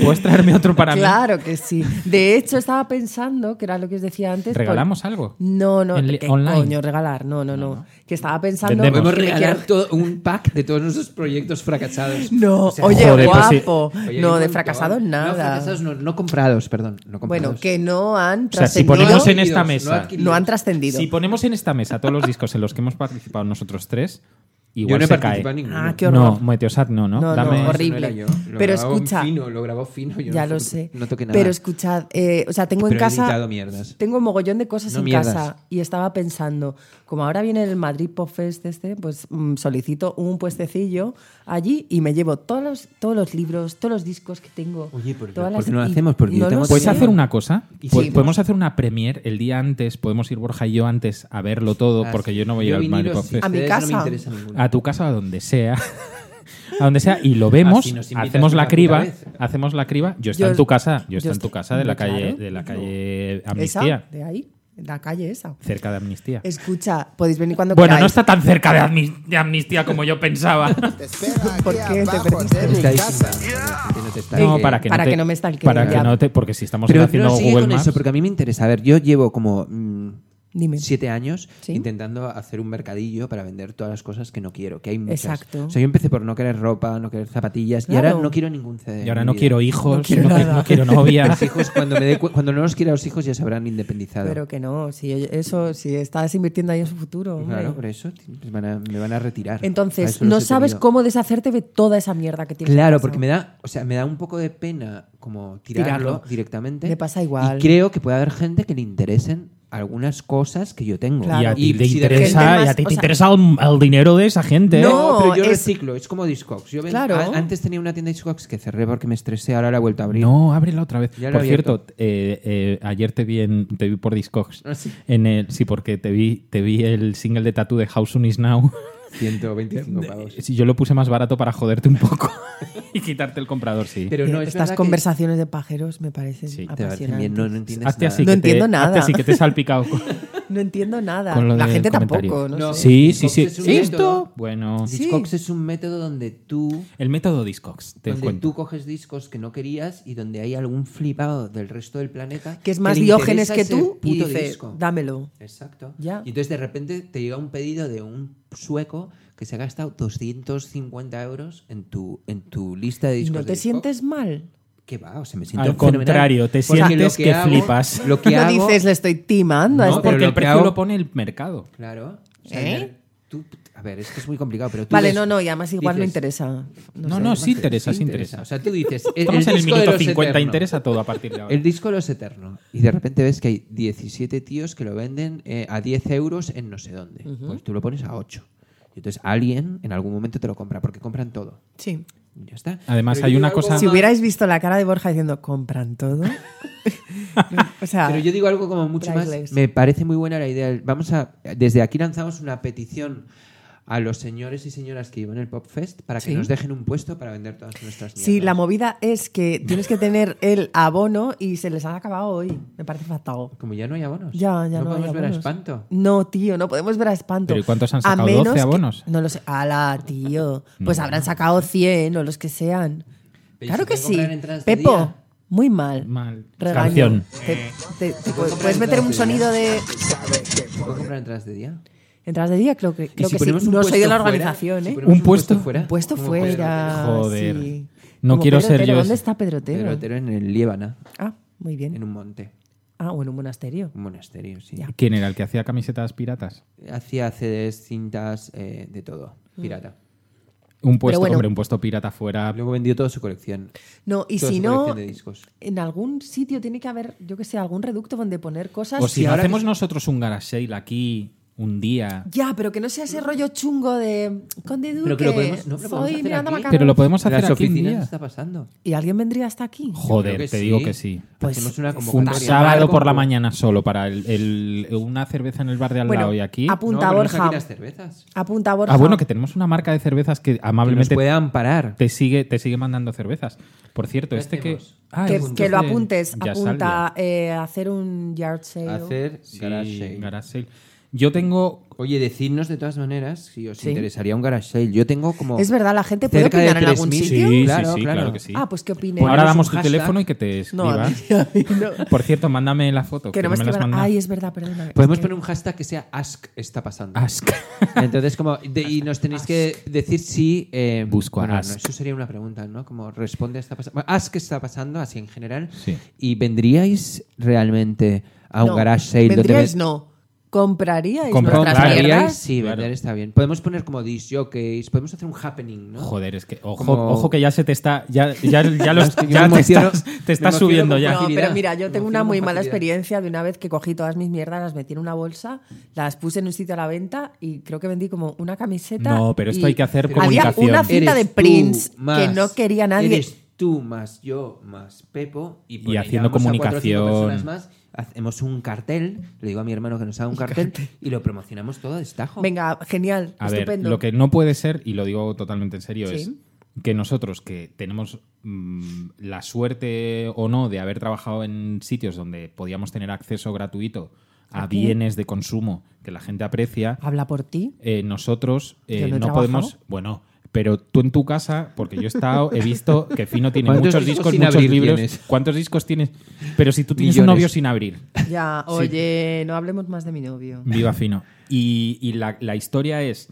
¿Puedes traerme otro (laughs) para mí? claro que sí. De hecho, estaba pensando, que era lo que os decía antes. por- ¿Regalamos algo? No, no, En li- ¿qué online. coño regalar? No, no, no. Que estaba pensando. Vendemos. Podemos que me regalar quiero- todo un pack de todos nuestros proyectos fracasados. No, O sea, oye, joder, pues sí. guapo. Oye, hay un no, de montón. fracasados No, nada. fracasados no, no comprados, perdón. No comprados. bueno, que no han O sea, si trascendido. ponemos en esta No mesa. adquiridos. No han trascendido. Si ponemos en esta mesa todos los discos en los que hemos participado nosotros tres, Yo igual no he se cae. participado en ninguno. Ah, qué No, horror. Meteosat no, ¿no? No, no, Dame- horrible. Eso no era yo. Lo Pero grababa un escucha. Fino, lo grabó fino. yo ya no lo toqué- sé. No toqué nada. Pero escuchad, eh, o sea, tengo Pero en he casa. editado mierdas. Tengo mogollón de cosas No en mierdas. casa y estaba pensando, como ahora viene el Madrid Pop Fest este, pues mm, solicito un puestecillo allí y me llevo todos los, todos los libros, todos los discos que tengo. Oye, ¿por qué- todas por las- qué no lo y- hacemos? Porque y yo no tengo- lo ¿Puedes sé. hacer una cosa? Y Po- sí. podemos hacer una premiere el día antes, podemos ir Borja y yo antes a verlo todo, Ah, porque sí. yo no voy a ir al vinilos, Madrid Pop sí, Fest. Ah, A mi ustedes casa. No me interesa ninguno. A tu casa, a donde sea. (laughs) A donde sea, y lo vemos, Así Ah, nos invitas hacemos la una criba, vez. hacemos la criba. Yo estoy Yo- en tu casa, yo yo estoy en tu estoy- casa de la Hombre, calle, claro. de la calle Esa, Amnistía, de ahí, la calle esa. cerca de Amnistía. Escucha, podéis venir cuando Bueno, queráis. no está tan cerca de, amnis- de Amnistía como yo pensaba. Te espero aquí ¿Por qué te abajo perdiste? de mi Está casa. diciendo que no te está No, diciendo. para que para no te, que no me stalkeen, para que ya. no te, porque si estamos Pero haciendo no sigue Google con Maps, eso, porque a mí me interesa. A ver, yo llevo como mm, Dime. siete años Sí. intentando hacer un mercadillo para vender todas las cosas que no quiero, que hay muchas. Exacto. O sea, yo empecé por no querer ropa, no querer zapatillas, y Claro. ahora no quiero ningún CD. en y ahora mi no vida. quiero hijos, no quiero qui- no quiero, (laughs) nada. novia. Los hijos, cuando, me dé cu- cuando no los quiera los hijos ya se habrán independizado. Pero que no, si eso, si estás invirtiendo ahí en su futuro. hombre. claro, por eso t- pues van a- me van a retirar. A Entonces, eso los no he sabes tenido. cómo deshacerte de toda esa mierda que tienes. Claro, porque me da, o sea, me da un poco de pena como tirarlo, Tirarlo. directamente. Me pasa igual. Y creo que puede haber gente que le interesen algunas cosas que yo tengo. Claro. Y a ti te si de repente- interesa, Gente y a más- ti o te sea- interesa el, el dinero de esa gente. ¿eh? No, No, pero yo es- reciclo, es como Discogs. Yo ven- Claro. a- antes tenía una tienda de Discogs que cerré porque me estresé, ahora la he vuelto a abrir. No, ábrela otra vez. Ya lo por he cierto, eh, eh, ayer te vi en, te vi por Discogs. Ah, sí. En el, sí, porque te vi, te vi el single de Tattoo de House Soon Is Now. 125 Eh, eh, pavos. (laughs) Sí, yo lo puse más barato para joderte un poco (laughs) y quitarte el comprador, sí. Pero no, es Eh, Estas verdad que conversaciones de pájaros me parecen Sí, te te parece apasionantes. bien, no, no entiendes Hazte nada. así No que entiendo te, nada. hazte así que te he (laughs) salpicado. con- No entiendo nada. Con lo La del gente comentario. tampoco, no, No. sé. Sí, sí, sí. Discogs es un ¿Esto? método. Bueno. Sí. Discogs es un método donde tú El método Discogs, te donde cuento. tú coges discos que no querías y donde hay algún flipado del resto del planeta Que es más le diógenes interesa que ese tú y puto dice, disco. dámelo. Exacto. Ya. Y entonces de repente te llega un pedido de un sueco que se ha gastado 250 euros en tu, en tu lista de ¿Y discos. no de te Discogs. sientes mal? ¿Qué va? O sea, me siento Al fenomenal. contrario, te Porque lo sientes que flipas. Lo que (laughs) no hago, dices, le estoy timando a No, este pero porque lo el que precio hago- lo pone el mercado. Claro. O sea, ¿Eh? tú- a ver, es que es muy complicado, pero tú Vale, ves- no, no, y además igual no dices- interesa. No, sé. no, Además, sí interesa, sí O interesa. sea, tú dices... Estamos en el disco de minuto los 50, Eterno. interesa todo a partir de ahora. El disco de los Eterno. Y de repente ves que hay 17 tíos que lo venden eh, a 10 euros en no sé dónde. Pues tú lo pones a 8. Y entonces alguien en algún momento te lo compra, porque compran todo. Sí. Y Ya está. Además, Pero hay yo una digo algo cosa- Si más- hubierais visto la cara de Borja diciendo, (laughs) ¿compran todo? o sea, Pero yo digo algo como mucho más. Priceless. Me parece muy buena la idea. Vamos a. Desde aquí lanzamos una petición a los señores y señoras que iban al Pop Fest para que Sí. nos dejen un puesto para vender todas nuestras mierdas. sí, la movida es que tienes que tener el abono y se les han acabado hoy. Me parece fatal. Como ya no hay abonos. Ya, ya no no, podemos hay ver a abonos. espanto. No, tío, no podemos ver a espanto. ¿Pero y cuántos han A sacado? menos 12 que- abonos. no lo sé. Ala, tío. Pues No. habrán sacado 100 o los que sean. Pero claro se que pueden sí. comprar entradas de Pepo, día. Eh, muy mal. Mal. Regaño. Canción. Te- te- te- puedes meter un sonido de. ¿Puedo comprar entradas de día? Entradas de día, creo que, creo si que sí. ponemos un No soy de la puesto fuera? organización, Si ¿eh? ponemos ¿Un puesto? fuera? Puesto ¿Cómo fuera. Joder. sí. No quiero Pedro ser Otero. yo ¿Dónde ese. está Pedro Otero? Pedro Otero en el Líbana, Ah, muy en bien. un monte, Ah, o en un monasterio. un monasterio, sí. Ya. ¿Quién era el que hacía camisetas piratas? Hacía CDs, cintas, eh, de todo, Mm. pirata. Un puesto, bueno. hombre, un puesto pirata fuera. Luego vendió toda su colección. No, y toda si su no, colección de discos. en algún sitio tiene que haber, yo que sé, algún reducto donde poner cosas. O si que- no hacemos nosotros un garage sale aquí un día. Ya, pero que no sea ese rollo chungo de Conde Duque. Pero que lo podemos- no, lo podemos soy hacer Miranda aquí. Macarrón". Pero lo podemos En hacer las aquí un oficinas día. está pasando. ¿Y alguien vendría hasta aquí? Joder, Creo que te sí. digo que sí. Pues, Hacemos una Un convocatoria. sábado por la Algo- mañana solo para el- el- una cerveza en el bar de al Bueno, lado y aquí. apu- No, Punta ponemos Borja. aquí las cervezas. Apunta, Borja. Ah, bueno, que tenemos una marca de cervezas que Que nos amablemente puedan parar. te sigue, te sigue mandando cervezas. Por cierto, ¿Qué este que, hacemos? Ah, Que- es que lo de- apuntes. ya apunta salía. eh, a hacer un yard sale. Hacer Sí, garage sale. garage sale. Yo tengo Oye, decidnos de todas maneras si os Sí. interesaría un garage sale. Yo tengo como. Es verdad, la gente puede cerca de opinar en algún 3.000. sitio. Sí, Claro, sí, sí, claro. claro que sí. Ah, pues que opine. Pues ahora Ponemos damos un tu hashtag. teléfono y que te no, a (laughs) escriban. mí- a mí (laughs) no. Por cierto, mándame la foto. Que no me me las escriban. manda. (laughs) Ay, es verdad, perdona. es Podemos que- poner un hashtag que sea ask está pasando. Ask. Entonces, como. de- y nos tenéis que decir si. eh, Busco a bueno, no, ask. eso sería una pregunta, ¿no? Como responde está pasando. Bueno, ask está pasando, así en general. Sí. ¿Y vendríais realmente a un No, garage sale donde vendríais ven- no. Compraríais Compro- nuestras claro. mierdas. Vendríais, Sí, Claro. vender está bien. Podemos poner como disc jockeys, podemos hacer un happening, ¿no? Joder, es que ojo, Como- ojo que ya se te está. Ya, ya, (laughs) ya, los- Yo me ya te emociono- estás, te me estás emociono subiendo con ya. No, Facilidad. pero mira, yo Lo tengo confirmo una muy con mala facilidad. experiencia de una vez que cogí todas mis mierdas, las metí en una bolsa, las puse en un sitio a la venta y creo que vendí como una camiseta. No, pero esto y hay que hacer Había comunicación. una cinta de Eres tú Prince que más- no quería nadie. Eres tú más yo más Pepo y, por ahí haciendo llamamos a cuatro o cinco comunicación. personas más, hacemos un cartel, le digo a mi hermano que nos haga un cartel, y lo promocionamos todo a destajo. Venga, genial, A ver, estupendo. lo que no puede ser, y lo digo totalmente en serio, Sí. es que nosotros que tenemos mm, la suerte o no de haber trabajado en sitios donde podíamos tener acceso gratuito a bienes de consumo que la gente aprecia, Habla por ti. eh, nosotros eh, Yo no he no trabajado. podemos. Bueno, pero tú en tu casa, porque yo he estado, he visto que Fino tiene ¿Cuántos muchos discos discos, sin muchos abrir libros. tienes? ¿Cuántos discos tienes? Pero si tú tienes un Millones. novio sin abrir, (laughs) Ya, oye, no hablemos más de mi novio. (clears throat) viva Fino. Y, y la, la historia es.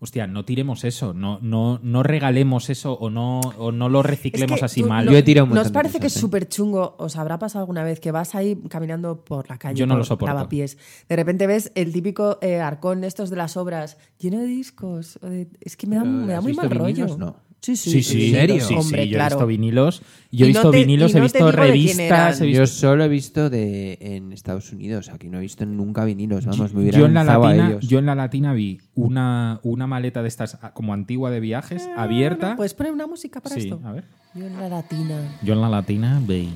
Hostia, no tiremos eso, no, no, no regalemos eso o no, o no lo reciclemos así tú mal. no- Yo he tirado un montón de ¿Nos parece que es cosas, ¿eh? súper chungo? ¿Os habrá pasado alguna vez que vas ahí caminando por la calle? Yo no por lo soporto. Lavapiés. De repente ves el típico eh, arcón de estos de las obras lleno de discos. o de- Es que me da, Pero, me da ¿has muy visto mal rollo. vinilos? No. Sí, sí. Sí, sí, ¿En serio? sí, sí, Hombre, yo he claro. visto vinilos, yo he Y no visto te- vinilos, he y no te visto digo de quién revistas, he eran. visto Yo solo he visto de en Estados Unidos, aquí no he visto nunca vinilos, vamos, me hubiera yo en, la lanzado a latina, ellos. yo en la latina vi una, una maleta de estas ah, como antigua de viajes abierta. ¿Puedes poner una música Ah, pues para Sí, esto? a ver. Yo en la latina. Yo en la latina vi.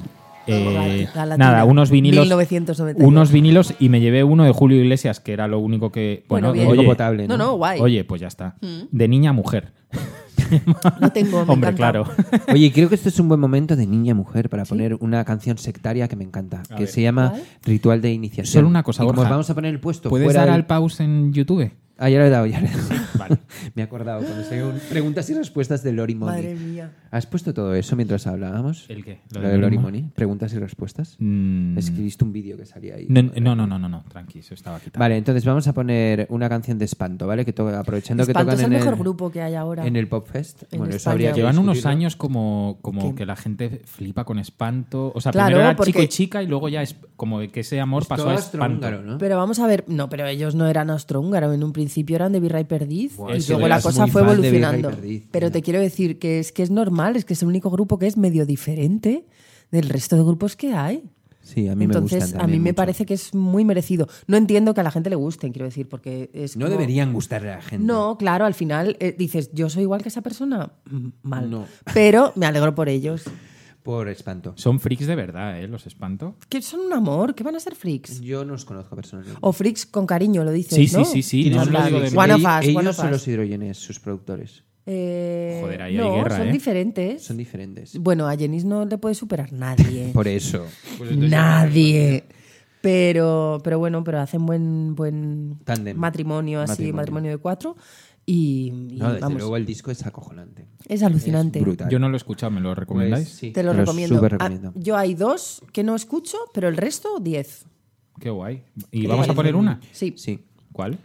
eh, Pues La latina, nada, unos vinilos. 1992. Unos vinilos y me llevé uno de Julio Iglesias, que era lo único que. Bueno, Bueno, bien. oye, Poco potable, No, ¿no? no, Oh, guay. oye, pues ya está. De niña a mujer. no tengo. Oh, (laughs) me Hombre, encanta. claro. (laughs) Oye, creo que este es un buen momento de niña mujer para poner una canción sectaria que me encanta, que ver. se llama ¿Cuál? Ritual de Iniciación. Solo una cosa, Y como Borja. os vamos a poner el puesto (laughs) ¿Puedes fuera dar del- al pause en YouTube? Ah, ya le he dado, ya le he dado. Vale. (laughs) Me he acordado cuando se un preguntas y respuestas de Lori Money. Madre mía. ¿Has puesto todo eso mientras hablábamos? ¿El qué? Lo de Lori Money. Preguntas y respuestas. Escribiste un vídeo que salía ahí. Mm. No, no, no, no, no, no, tranqui, eso estaba quitado. Vale, entonces vamos a poner una canción de Espanto, ¿vale? Que toca, aprovechando Espanto que es tocan el en mejor el grupo que hay ahora. en el Pop Fest. En bueno, eso España. habría que Llevan unos discutirlo. años como, como que la gente flipa con espanto. O sea, Claro, primero era chico porque- y chica y luego ya es como que ese amor pasó a Todo espanto. astrohúngaro, ¿no? Pero vamos a ver, no, pero ellos no eran austrohúngaros, en un principio eran de Virrey Perdiz Buah, y eso luego ya la es cosa muy fue fan de Virrey evolucionando. Perdiz, pero ya. te quiero decir que es que es normal, es que es el único grupo que es medio diferente del resto de grupos que hay. Sí, a mí me Entonces, gustan a mí también me mucho. parece que es muy merecido. No entiendo que a la gente le gusten, quiero decir, porque es No como- deberían gustar a la gente. No, claro, al final eh, dices, yo soy igual que esa persona, Mm, mal. No. Pero me alegro por ellos. Por espanto. Son freaks de verdad, ¿eh? Los espanto. Que son un amor, que van a ser freaks. Yo no los conozco personalmente. O freaks con cariño, lo dices, Sí, sí, ¿no? sí, sí, En no, plan, no lo digo de One of Ellos- us, Ellos one of son us. los hidrogenes, sus productores. Eh, Joder, ahí hay no, guerra, son ¿eh? diferentes. Son diferentes. Bueno, a Jenis no le puede superar nadie. (laughs) Por eso. nadie. Pero, pero bueno, pero hacen buen, buen Tándem. matrimonio, así, Matrimonio. matrimonio, de cuatro. Y, y No, desde vamos, luego el disco es acojonante. es alucinante. Brutal. Yo no lo he escuchado, ¿me lo recomendáis? Pues sí, Te lo recomiendo. súper Ah, recomiendo. yo hay dos que no escucho, pero el resto, diez. Qué guay. ¿Qué ¿Y te vamos a parece? poner una? Sí. Sí. ¿Cuál?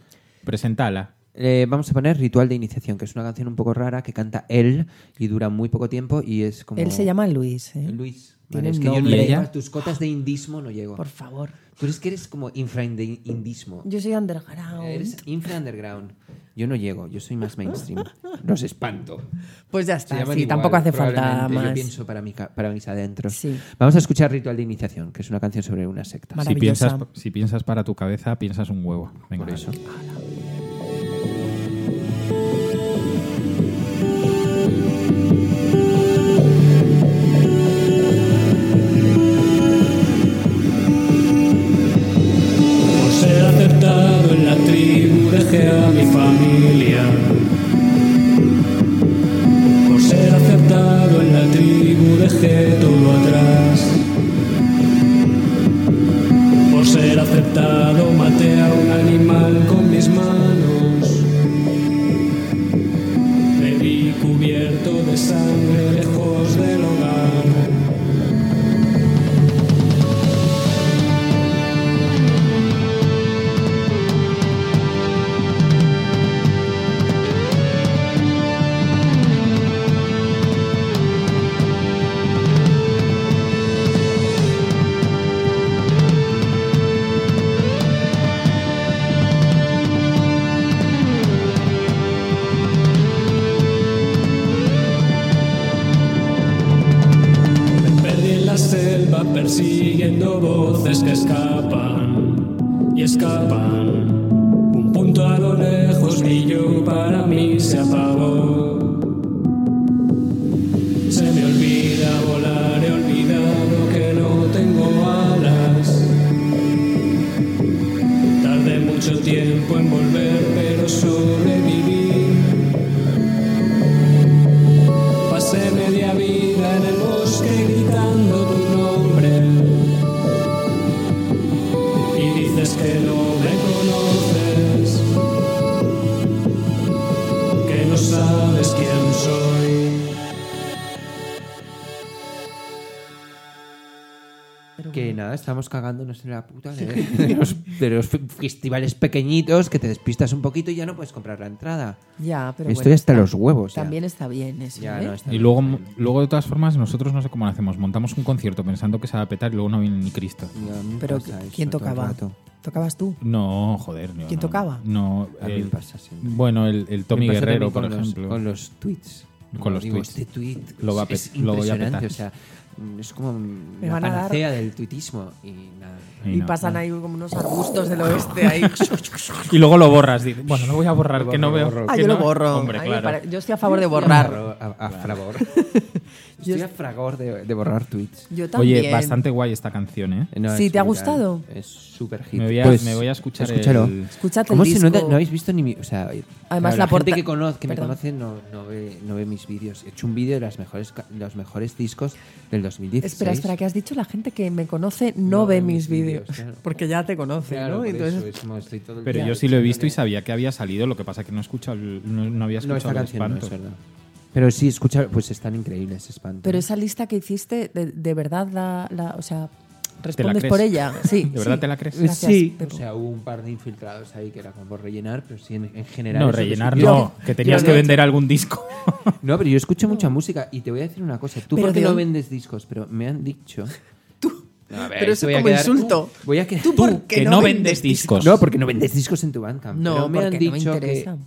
Presentala. Eh, vamos a poner Ritual de Iniciación, que es una canción un poco rara que canta él y dura muy poco tiempo y es como... Él se llama Luis. ¿eh? Luis. Tiene Vale, es que yo no nombre. llego ¿Y ella? a tus cotas de indismo no llego. Por favor. Tú eres que eres como infra-indismo. Yo soy underground. Eres infra-underground. Yo no llego, yo soy más mainstream. Los espanto. Pues ya Se está. llaman Sí, igual, tampoco hace falta probablemente. más. Yo pienso para, mi ca- para mis adentros. Sí. Vamos a escuchar Ritual de Iniciación, que es una canción sobre una secta. Vale. Si piensas, Maravillosa. si piensas para tu cabeza, piensas un huevo. Venga, eso. Por ser aceptado en la tribu dejé a mi familia. Por ser aceptado en la tribu dejé todo atrás. Por ser aceptado maté a un animal con mis manos. Me vi cubierto de sangre lejos del hogar. Perdí en la selva persiguiendo voces que escapan y escapan. Un punto a lo lejos brilló para mí se apagó. Se me olvida volar, he olvidado que no tengo alas. Tardé mucho tiempo en volver, pero sobreviví. Pasé media vida en el bosque gritando tu nombre. Y dices que no me conoces, que no sabes quién soy. Que nada, estamos cagándonos en la puta de, de los, de los fe- festivales pequeñitos que te despistas un poquito y ya no puedes comprar la entrada. Ya, pero Estoy bueno, hasta está- los huevos. ya. También está bien eso. Ya, ¿eh? no, está Y bien. luego, luego, de todas formas, nosotros no sé cómo lo hacemos. Montamos un concierto pensando que se va a petar y luego no viene ni Cristo. Ya, a mí me Pero pasa eso ¿quién todo el tocaba? rato. ¿Tocabas tú? No, joder. yo ¿Quién no- tocaba? No, A mí el- me pasa siempre. Bueno, el, el Tommy Me pasa Guerrero, también por con los- ejemplo. Con los tweets. Con los Digo, tweets. Este tweet Lo va a es pet- lo voy a impresionante, petar. O sea, es como Me la van a dar- panacea del tuitismo. Y nada. Y, no, pasan no. ahí como unos arbustos del oeste (laughs) ahí. Y luego lo (laughs) borras. dices, Bueno, lo voy a borrar, que no veo. ah, que yo no- lo borro. Hombre, A mí me claro. (laughs) pare- Yo estoy a favor de borrar. A, a favor. Estoy a fragor de, de borrar tweets. Yo también. Oye, bastante guay esta canción, ¿eh? No, Sí, es ¿te ha brutal. gustado? Es súper hit. Me voy a, me voy a escuchar Pues, escúchalo. el- Escúchate ¿Cómo el si disco. no, te- no habéis visto ni mi... O sea, Además, Además, la, la gente porta- que, conoz- que me Perdón. conoce no, no, ve, no ve mis vídeos. He hecho un vídeo de las mejores, ca- los mejores discos del 2016. Espera, espera, que has dicho la gente que me conoce no, ve mis vídeos. claro. Porque ya te conoce, Claro, ¿no? por Entonces, eso, es como estoy todo el Pero día yo sí lo he echándole- visto y sabía que había salido, lo que pasa que no, he escuchado el- no, no había No, esta escuchado el canción no, espanto. es verdad. Pero sí, escucha, pues están increíbles, espanto. Pero esa lista que hiciste, de, de verdad, la, la- o sea, la respondes crees? por ella. Sí, ¿De verdad sí. te la crees? Gracias, sí, Pepo. o sea, hubo un par de infiltrados ahí que era como por rellenar, pero sí, en, en general. No, eso que rellenar escucho- no, que tenías que vender algún disco. (laughs) No, pero yo escucho mucha música y te voy a decir una cosa. Tú Pero porque de no un- vendes discos, pero me han (laughs) dicho. Tú. Pero eso como insulto. voy a quedar. Tú por- (laughs) Que que no no vendes vendes discos. No, porque no vendes discos en tu Bandcamp. No, pero me han porque no me dicho que interesa.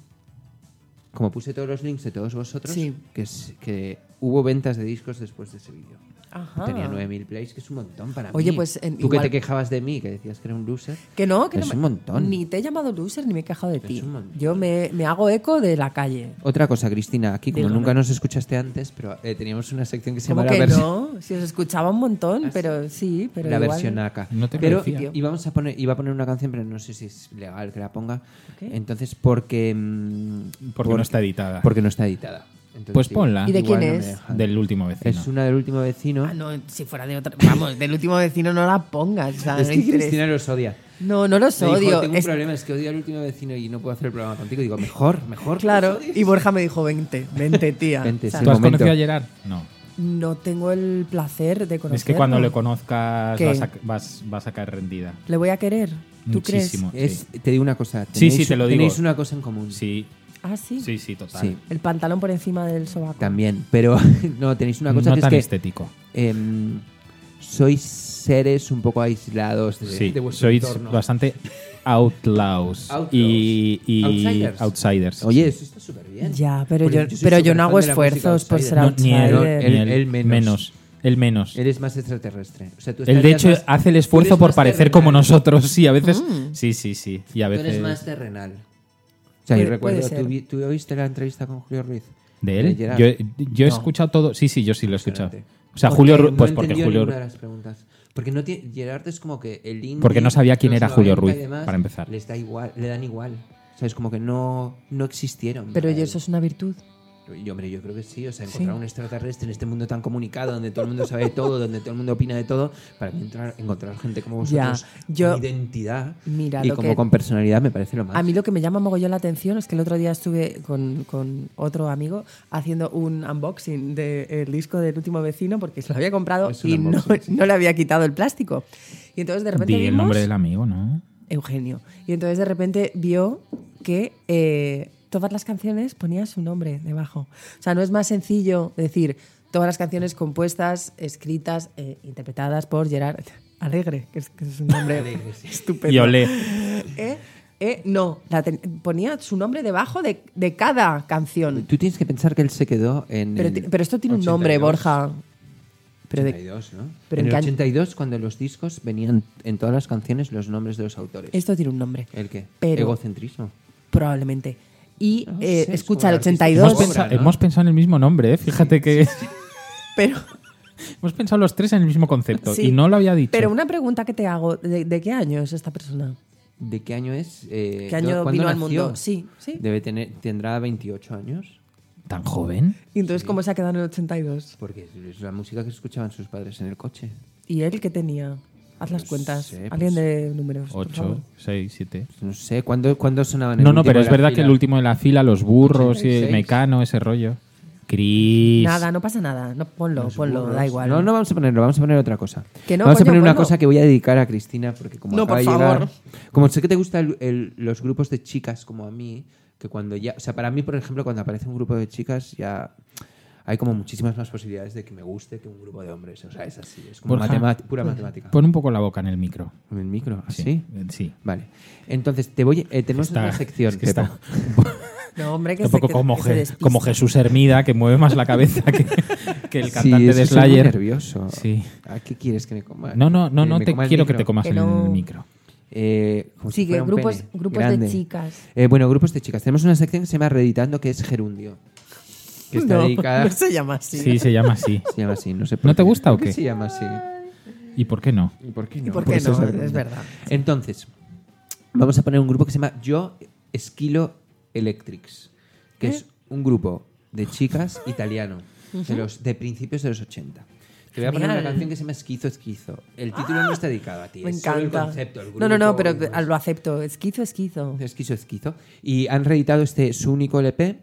como puse todos los links de todos vosotros, Sí. que, es- que hubo ventas de discos después de ese vídeo. Ajá. Tenía 9.000 plays, que es un montón para mí. Ah. Oye, pues, en- Tú igual- que te quejabas de mí, que decías que era un loser. Que no, que no Es me- un montón. Ni te he llamado loser ni me he quejado de ti. un montón. Yo me, me hago eco de la calle. Otra cosa, Cristina, aquí como Dígame. nunca nos escuchaste antes, pero eh, teníamos una sección que se ¿Cómo llama la que versión... Ah, no? Si os escuchaba un montón, pero sí, pero la igual- versión AK. No te pero parecía. íbamos a poner, iba a poner una canción, pero no sé si es legal que la ponga. Entonces, porque, mm, Porque no está editada. Porque no está editada. Entonces, Pues digo, ponla. ¿Y de igual quién no me es? dejan. Del último vecino. Es una del último vecino. Ah, no, si fuera de otra... Vamos, del último vecino no la pongas. o sea, es no que interesa. Cristina los odia. No, no los Me dijo, odio. Tengo es- un problema, es que odio al último vecino y no puedo hacer el programa contigo. Y digo, mejor, mejor. Claro, los odies. y Borja me dijo, vente, vente, tía. Vente, O sea, sí. ¿Tú has momento. conocido a Gerard? No. No tengo el placer de conocerlo. Es que cuando le conozcas ¿Qué? vas a, vas, vas a caer rendida. ¿Le voy a querer? ¿Tú Muchísimo. Es- Sí. Te digo una cosa. Sí, sí, tenéis- te lo digo. Tenéis una cosa en común. Sí, crees? Ah, sí. sí, sí, total. Sí, El pantalón por encima del sobaco. también. Pero (laughs) no, tenéis una cosa no que tan es que. estético. em, sois seres un poco aislados de, Sí, de vuestro sois entorno. bastante outlaws, Outlaws. y, y Outsiders. outsiders. Oye, eso está súper bien. Ya, pero Porque yo- soy pero yo súper no fan hago de la música esfuerzos por outsider. ser No, ni él, outsider. Él- ni él. él menos. Él menos. Eres más extraterrestre. O sea, tú Él, de estarías hecho, más- hace el tú esfuerzo eres por más Mm. parecer terrenal. como nosotros. Sí, a veces. Sí, sí, sí. Y a Tú eres veces. más terrenal. O sea, yo Puede- recuerdo, puede ser. ¿tú, vi- tú oíste la entrevista con Julio Ruiz? ¿De él? Gerard. Yo, yo he escuchado todo. Sí, sí, yo sí lo he escuchado. Espérate. O sea, Porque Julio. Ru- no pues porque entendió Julio. ninguna de las preguntas. Porque no tiene, Gerard es como que el indie, Porque no sabía quién los era Julio 90 y Ruiz, demás, para empezar. Les da igual, le dan igual. O sea, es como que no, no existieron. Pero para yo él. eso es una virtud. Yo, hombre, yo creo que sí. O sea, encontrar un extraterrestre en este mundo tan comunicado, donde todo el mundo sabe de todo, donde todo el mundo opina de todo, para mí entrar- encontrar gente como Ya, vosotros, yo- con identidad Mira, y lo como que- con personalidad, me parece lo más. A mí lo que me llama mogollón la atención es que el otro día estuve con, con otro amigo haciendo un unboxing del disco del último vecino porque se lo había comprado Es un y no, unboxing, sí. no le había quitado el plástico. Y entonces de repente Di el vimos- nombre del amigo, ¿no? Eugenio. Y entonces de repente vio que eh, todas las canciones ponía su nombre debajo. O sea, no es más sencillo decir todas las canciones compuestas, escritas, eh, interpretadas por Gerard Alegre, que es, que es un nombre estupendo. Y olé. Eh, eh, no, la ten- ponía su nombre debajo de, de cada canción. Tú tienes que pensar que él se quedó en. Pero, el ti- pero esto tiene un nombre, 82, Borja. Pero de- 82, ¿no? en pero en el qué año- 82, cuando los discos venían en todas las canciones los nombres de los autores. esto tiene un nombre. ¿El qué? Pero- Egocentrismo. Probablemente. Y No eh, sé, es escucha como el el artista. Hemos, 82, Cobra, pensa- ¿no? hemos pensado en el mismo nombre, ¿eh? Fíjate que. pero... (laughs) hemos pensado los tres en el mismo concepto. Sí. Y no lo había dicho. Pero una pregunta que te hago, ¿de, de qué año es esta persona? ¿De qué año es? Eh, ¿Qué año ¿cuándo vino al nació? mundo? Sí, sí. Debe tener, ¿Tendrá 28 años? ¿Tan joven? Y entonces, ¿cómo se ha quedado en el 82? Porque es la música que escuchaban sus padres en el coche. ¿Y él qué tenía? Haz las cuentas. sé, Alguien pues, de números. por favor. Ocho, seis, siete. No sé, ¿cuándo, cuándo sonaban No, el no, último pero de es la verdad que fila? el último de la fila, los burros y 86. el mecano, ese rollo. Cris. Nada, no pasa nada. No, ponlo, ponlo, da igual. ¿eh? No, no vamos a ponerlo, vamos a poner otra cosa. Que no, vamos a coño, poner una ponlo. cosa que voy a dedicar a Cristina porque como No, acaba por de llegar- favor. como sé que te gustan el- el- los grupos de chicas como a mí, que cuando ya, o sea, para mí por ejemplo cuando aparece un grupo de chicas ya hay como muchísimas más posibilidades de que me guste que un grupo de hombres, o sea, es así, es como Borja, matemat- pura matemática. Pon un poco la boca en el micro. En el micro, así. eh, sí. Vale. Entonces, te voy eh, tenemos Está- una sección es que Pepo. está No, hombre, que un poco se- que- como, que Je- se despista. como Jesús Hermida, que mueve más la cabeza (laughs) que, que (laughs) el Sí, cantante es que de soy muy Slayer. nervioso. Sí. ¿A qué quieres que me coma? No, no, no, Que no me te coma el quiero que micro. te comas Que no- el (laughs) micro. Eh, como si Sí, que fuera un grupos- pene grupos de chicas. Eh, bueno, grupos de chicas. Tenemos una sección que se llama Reeditando, que es gerundio. que está no, dedicada. (laughs) no se llama así. Sí, se llama así. Se llama así, no sé. ¿No te gusta o ¿Por qué? se llama así? ¿Y por qué no? ¿Y por qué no? ¿Y por Pues qué no? esa la Es pregunta. verdad. Entonces, vamos a poner un grupo que se llama Yo Esquilo Electrics, ¿Eh? que es un grupo de chicas italiano de, los, de principios de los 80. Te voy a poner una Genial. Ah, canción que se llama Esquizo Esquizo. El título no está dedicado a ti, Me es solo encanta. el concepto. el no, no, no, grupo pero y demás. lo acepto. Esquizo, esquizo. Esquizo Esquizo. Y han reeditado este su único LP.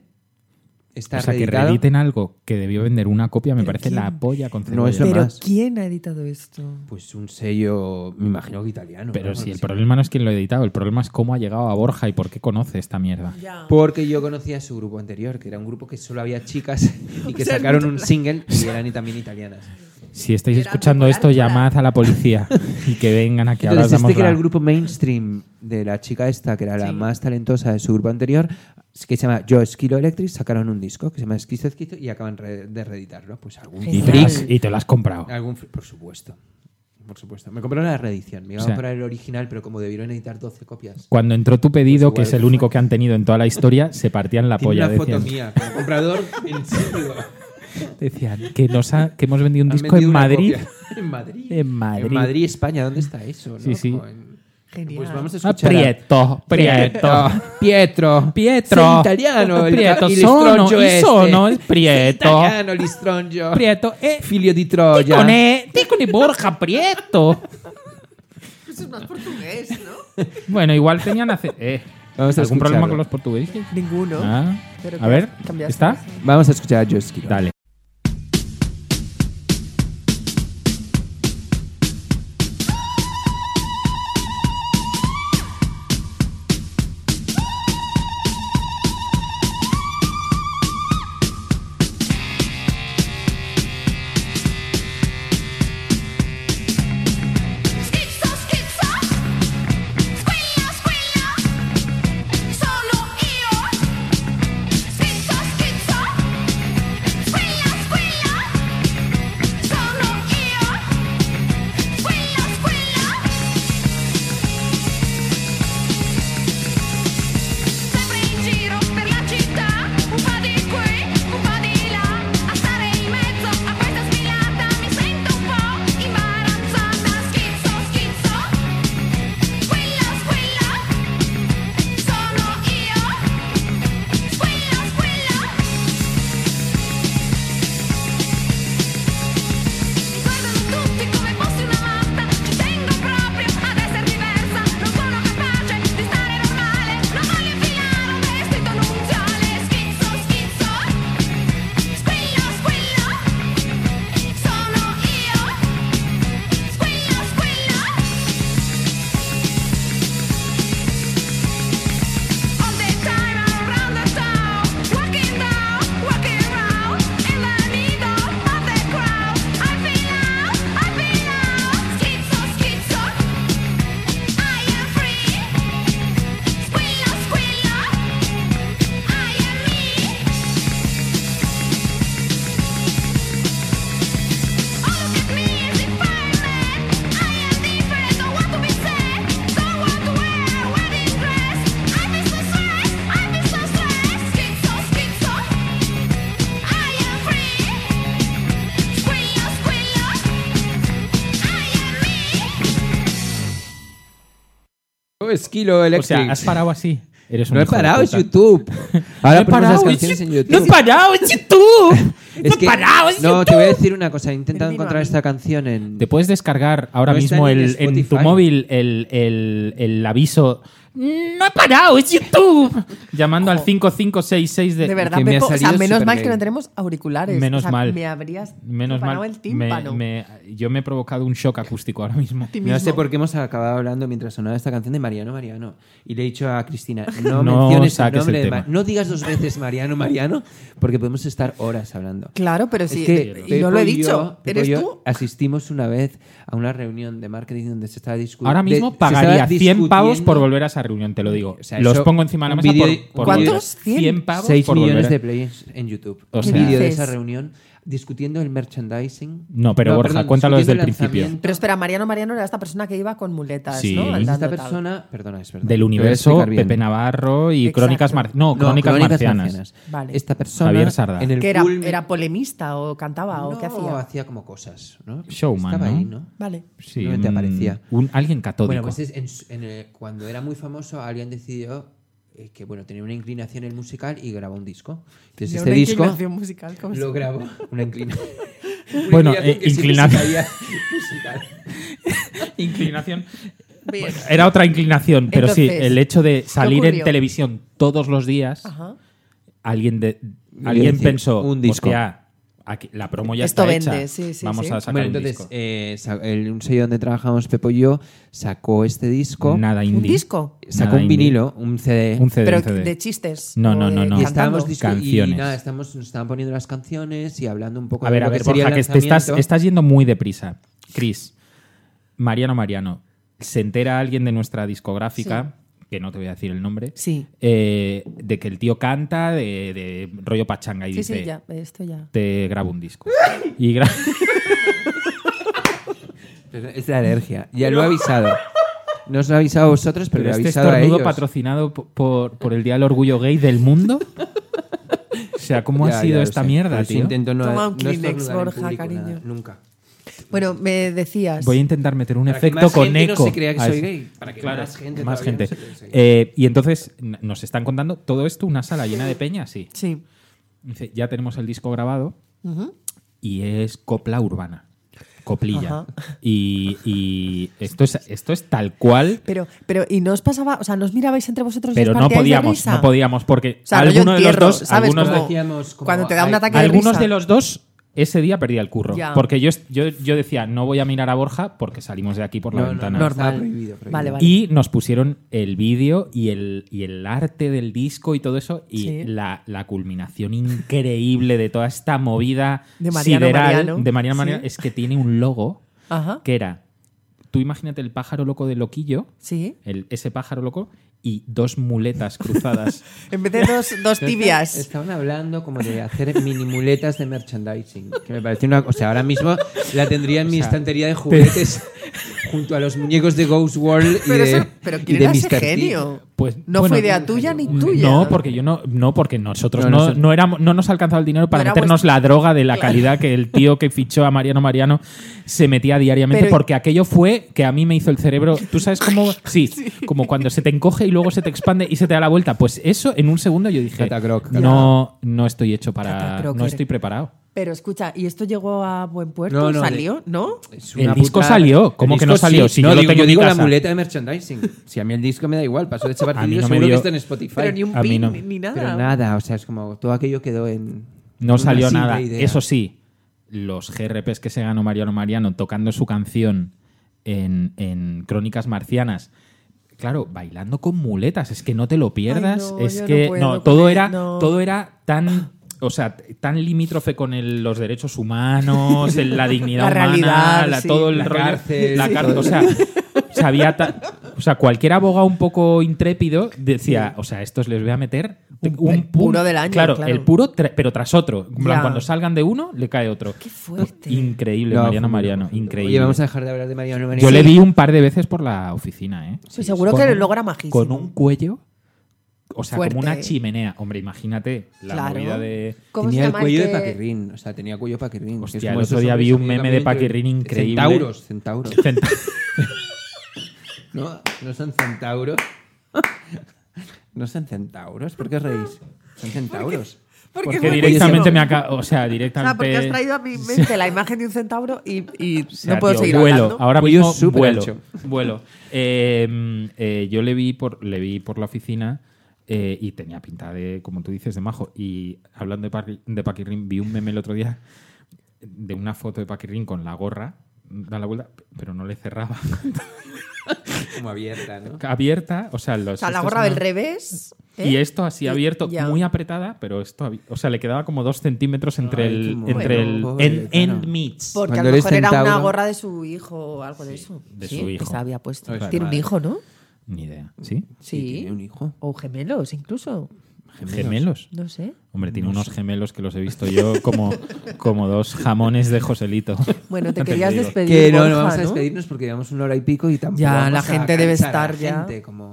Está o sea, que reeditado. reediten algo que debió vender una copia me parece la polla con No es cebolla. lo Pero más. ¿quién ha editado esto? Pues un sello, me imagino que italiano. Pero ¿no? si Algo el así. problema no es quién lo ha editado, el problema es cómo ha llegado a Borja y por qué conoce esta mierda. Porque yo conocía su grupo anterior, que era un grupo que solo había chicas y que sacaron un single (laughs) y eran y también italianas. Si estáis escuchando esto, llamad a la (laughs) policía y que vengan aquí a hablar Entonces, de este que era el Amorra. grupo mainstream de la chica esta, que era la más talentosa de su grupo anterior, que se llama Yo Esquilo Electric, sacaron un disco que se llama Esquizo Esquizo y acaban re- de reeditarlo. Pues algún Y fri- Brix, y te lo has comprado. Algún fri- por supuesto. Por supuesto. Me compraron la reedición. Me iba O sea- a comprar el original, pero como debieron editar 12 copias. Cuando entró tu pedido, Pues que es el igual. único que han tenido en toda la historia, se partían la Tiene polla. una foto Decían, mía como comprador (laughs) en serio. decían (laughs) que, nos ha- que hemos vendido un Han disco vendido en una Madrid. copia. (laughs) en Madrid. En Madrid. En Madrid, España. ¿Dónde está eso? Sí, no? sí. Joder. Genial. Pues vamos a Ah, escuchar. a- Prieto, Prieto, (laughs) Pietro. Pietro. Sei italiano. Il, Prieto, il sono, stroncio il este. (laughs) sono, il Sei Prieto. Italiano, l'istronzo. Prieto, eh, E, Figlio di Troia. Ticone, Ticone Borja Prieto. Eso Pues es más portugués, ¿no? Bueno, igual tenían hace. Eh, Vamos a ¿Algún escucharlo. problema con los portugueses? Ninguno. Ah, Pero a ver, cambiaste. ¿está? Vamos a escuchar a Joe Esquilo. Dale. Schizzo, schizzo, squilla, squilla, solo io. Schizzo, schizzo, squilla, squilla, solo io. Squilla, squilla. Sempre in giro per la città, un po' di qui, un po' di là. A stare in mezzo a questa sfilata mi sento un po' imbarazzata. Schizzo, schizzo, squilla, squilla, sono io. Squilla, squilla. Mi guardano tutti come fossi una matta, ci tengo proprio ad essere diversa, non sono capace di stare normale, non voglio infilare un vestito nunziale, schizzo, schizzo, squillo, squillo, sono io, squillo, squillo. All the time around the town, walking down, walking round in the middle of the crowd. I feel out, I feel out. Schizo, schizo, I am free. Squilla, squilla, I am me. Oh look at me as if I'm mad. I am different. Don't want to be sad. Don't want to wear a wedding dress. I feel so stressed. I feel so stressed. Schizo, schizo. I am free. Squilla, squilla. I am me. Joe Esquilo O Electric. sea, has parado así. Eres un no he hijo de parado, es puta. (laughs) YouTube. Ahora he ponemos las parado, es canciones en you- YouTube. (laughs) no he parado, es YouTube. Es que, parado, es no, YouTube. te voy a decir una cosa. He intentado encontrar esta canción en... Te puedes descargar ahora No está mismo ni en el, en tu Spotify. móvil el, el- el aviso. No he parado, es YouTube. Llamando al 5566 de. De verdad, que me ha Pepo, o sea, salido menos mal supergay. que no tenemos auriculares. Menos O sea, mal. Me habrías Menos parado mal. el tímpano. me- me- yo me he provocado un shock acústico ahora mismo. No sé por qué hemos acabado hablando mientras sonaba esta canción de Mariano Mariano. Y le he dicho a (laughs) Cristina, no, No menciones el saques nombre el de tema. Mar- No digas dos veces Mariano Mariano, porque podemos estar horas hablando. Claro, pero Es sí. que eh, Pepo yo lo he y yo- dicho. Pepo y ¿Eres yo tú? Asistimos una vez a una reunión de marketing donde se estaba discutiendo. Ahora mismo pagaría 100 pavos por volver a esa reunión, te lo digo. O sea, Los eso- pongo encima de la un mesa vídeo- por, por ¿Cuántos? volver. 100 pavos 6 por millones volver. de plays en YouTube. O O sea- vídeo de dices? esa reunión discutiendo el merchandising. No, pero Borja, discutiendo cuéntalo desde el lanzamiento. principio. Pero espera, Mariano Mariano era esta persona que iba con muletas, Sí. ¿no? Es Es Andando esta tal. persona, perdona, es verdad. Del Lo voy a universo, explicar bien. Pepe Navarro y Exacto. Crónicas Marcianas. No, No, Crónicas, Marcianas. Vale. Esta persona Javier Sardá. en el Que era, culmen- era polemista o cantaba o No, qué hacía. como cosas, ¿no? Showman, Estaba ahí, ¿no? ¿no? Vale. Sí, Simplemente un- aparecía. un- alguien católico. Bueno, (laughs) pues es- en su- en el- cuando era muy famoso, alguien decidió eh, que bueno, tenía una inclinación en el musical y grabó un disco. Entonces, Tenía este una disco inclinación musical, ¿cómo se- lo grabó. Una (laughs) inclinación. una (laughs) Bueno, eh, que siempre se inclinación. caía musical. inclinación. Bien. Era otra inclinación, pero sí, Entonces, el hecho de salir en ocurrió? Ah. televisión todos los días, Ajá. alguien de Quiero alguien decir, pensó, un disco. "Hostia, aquí- la promo ya Esto está vende, hecha. sí, sí, Vamos sí. a sacar Bueno, un entonces, disco". eh, sa- el- un sello donde trabajamos Pepo y yo sacó este disco. Nada ¿Un indie. disco? Sacó Nada un indie. vinilo, un CD. Un CD, Pero un CD. de chistes. No, o no, de- no, no. y cantando. estábamos discu- Canciones. Y nada, estamos, nos estaban poniendo las canciones y hablando un poco A de ver, lo a ver, que sería Borja, el que te estás, lanzamiento. estás yendo muy deprisa. Cris, Mariano Mariano, se entera alguien de nuestra discográfica, que no te voy a decir el nombre, Sí. eh, de que el tío canta de, de rollo pachanga y Sí, dice, sí, ya. Esto ya. te grabo un disco. (laughs) Y gra- Pero Es la alergia. Ya lo he (laughs) avisado. No os lo he avisado a vosotros, pero, Pero lo he este avisado a estornudo ellos. patrocinado po- por, por el Día del Orgullo Gay del mundo. O sea, ¿cómo (laughs) Ya, ya ha sido lo esta sé. Por mierda, eso tío? intento no, Toma un no Kleenex, estornudar en Borja, público, cariño. nada, nunca. Bueno, me decías. Voy a intentar meter un Para que efecto más con gente no eco. se crea que a soy eso. gay, para que más gente más todavía gente. no se crea que soy gay. Eh, y entonces n- nos están contando todo esto, una sala llena de peña, sí. Sí. Dice, ya tenemos el disco grabado y es copla urbana. Coplilla. Ajá. Y, y esto, es, esto es tal cual, Pero, pero, ¿y no os pasaba? O sea, ¿nos mirabais entre vosotros y pero os no partíais de podíamos, risa? no podíamos, porque O sea, rollo alguno de los entierro, dos, ¿sabes? algunos Como- de- Decíamos como, cuando te da un "Ay, ataque de Algunos risa. de los dos ese día perdía el curro. Ya. Porque yo, est- yo, yo decía, no voy a mirar a Borja porque salimos de aquí por la No, no, ventana. no. Normal. Estaba prohibido, prohibido. Vale, vale. Y nos pusieron el vídeo y el, y el arte del disco y todo eso. Y Sí. la, la culminación increíble de toda esta movida De Mariano sideral Mariano. de Mariano Mariano Sí. es que tiene un logo Ajá. que era, tú imagínate el pájaro loco de Loquillo, Sí. el, ese pájaro loco, y dos muletas cruzadas. En vez de dos, dos tibias. Estaban hablando como de hacer mini muletas de merchandising. Que me pareció una. O sea, ahora mismo la tendría en mi estantería de juguetes junto a los muñecos de Ghost World y Pero, de. eso- pero y ¿quién de era ese Mr. T. genio? Pues, no bueno, fue idea tuya ni tuya. No, porque yo no, no porque nosotros No, no, nosotros- no éramos, no nos alcanzaba el dinero para No era meternos vuestro- la droga de la Claro. calidad que el tío que fichó a Mariano Mariano se metía diariamente, Pero- porque aquello fue que a mí me hizo el cerebro. ¿Tú sabes (laughs) cómo? Sí, como cuando se te encoge y luego se te expande y se te da la vuelta. Pues eso en un segundo yo dije, Catacroc, no, no estoy hecho para, Catacroc no era. estoy preparado. Pero escucha, ¿y esto llegó a buen puerto? No, no, ¿Salió? ¿No? Es El una disco puta- salió, ¿cómo El que no disco salió? sí. Si yo lo digo, tengo en mi digo casa. la muleta de merchandising. Si a mí el disco me da igual, paso de A chapartillo, mí no me seguro dio- que está en Spotify. Pero ni un A mí pin, no. ni, ni nada. Pero nada, o sea, es como todo aquello quedó en. No una salió simple nada. idea. Eso sí, los GRPs que se ganó Mariano Mariano tocando su canción en, en Crónicas Marcianas. Claro, bailando con muletas, es que no te lo pierdas, no, es yo no que puedo no, con todo él, era no. todo era tan o sea, t- tan limítrofe con el- los derechos humanos, el- (laughs) la dignidad La humana, realidad, la- sí. todo el La rollo- cárcel, la sí. cárcel, o sea, sabía ta- o sea, cualquier abogado un poco intrépido decía, o sea, estos les voy a meter un, pun- puro del año, claro, claro. el puro tra- pero tras otro. En plan, Ya. Cuando salgan de uno, le cae otro. Qué fuerte. Increíble, No, Mariano fue- Mariano, fue- increíble. Oye, vamos a dejar de hablar de Mariano Mariano. Yo le vi un par de veces por la oficina, ¿eh? Pues seguro Con que un- lo logra majísimo. Con un cuello, o sea, Fuerte, como una ¿eh? chimenea. Hombre, imagínate la Claro. movida (laughs) de... ¿Cómo se tenía el llama el cuello que- de Paquirrín, o sea, tenía cuello de Paquirrín. que es Hostia, como el esos otro día hombres vi un que meme llevan de dentro- Paquirrín increíble. Centauros, (laughs) centauros. Cent- No, no son centauros. No son centauros, ¿por qué os reís? Son centauros. Porque fue directamente me buenísimo. acá, o sea, O sea, directamente. porque has traído a mi mente la imagen de un centauro y, y O sea, no puedo tío, seguir vuelo. hablando. Ahora Cuello mismo súper vuelo. ancho. vuelo. Eh, eh, yo le vi por le vi por la oficina eh, y tenía pinta de, como tú dices, de majo. Y hablando de, Paqui- de Paquirrín, vi un meme el otro día de una foto de Paquirrín con la gorra, da la vuelta, pero no le cerraba. (laughs) Como abierta, ¿no? Abierta, o sea, los, O sea, la estos gorra del no- revés. ¿eh? Y esto así Y- abierto, ya. muy apretada, pero esto, abi- o sea, le quedaba como dos centímetros entre Ay, el, qué entre el bueno, pobre, end, end claro. meets. Porque Cuando a lo eres mejor era una centauro- gorra de su hijo o algo de eso. de Sí, su hijo. Que se había puesto. Ay, Tiene un madre. hijo, ¿no? Ni idea, ¿sí? Sí. Tiene un hijo. O gemelos, incluso. Gemelos. No sé. Hombre, tiene unos gemelos que los he visto yo (laughs) como, como dos jamones de Joselito. Bueno, (laughs) te Antes querías digo. despedir. Que no, no Borja, vamos a ¿no? despedirnos porque llevamos una hora y pico y tampoco. Ya, vamos la a gente debe cansar a la estar ya. gente, como-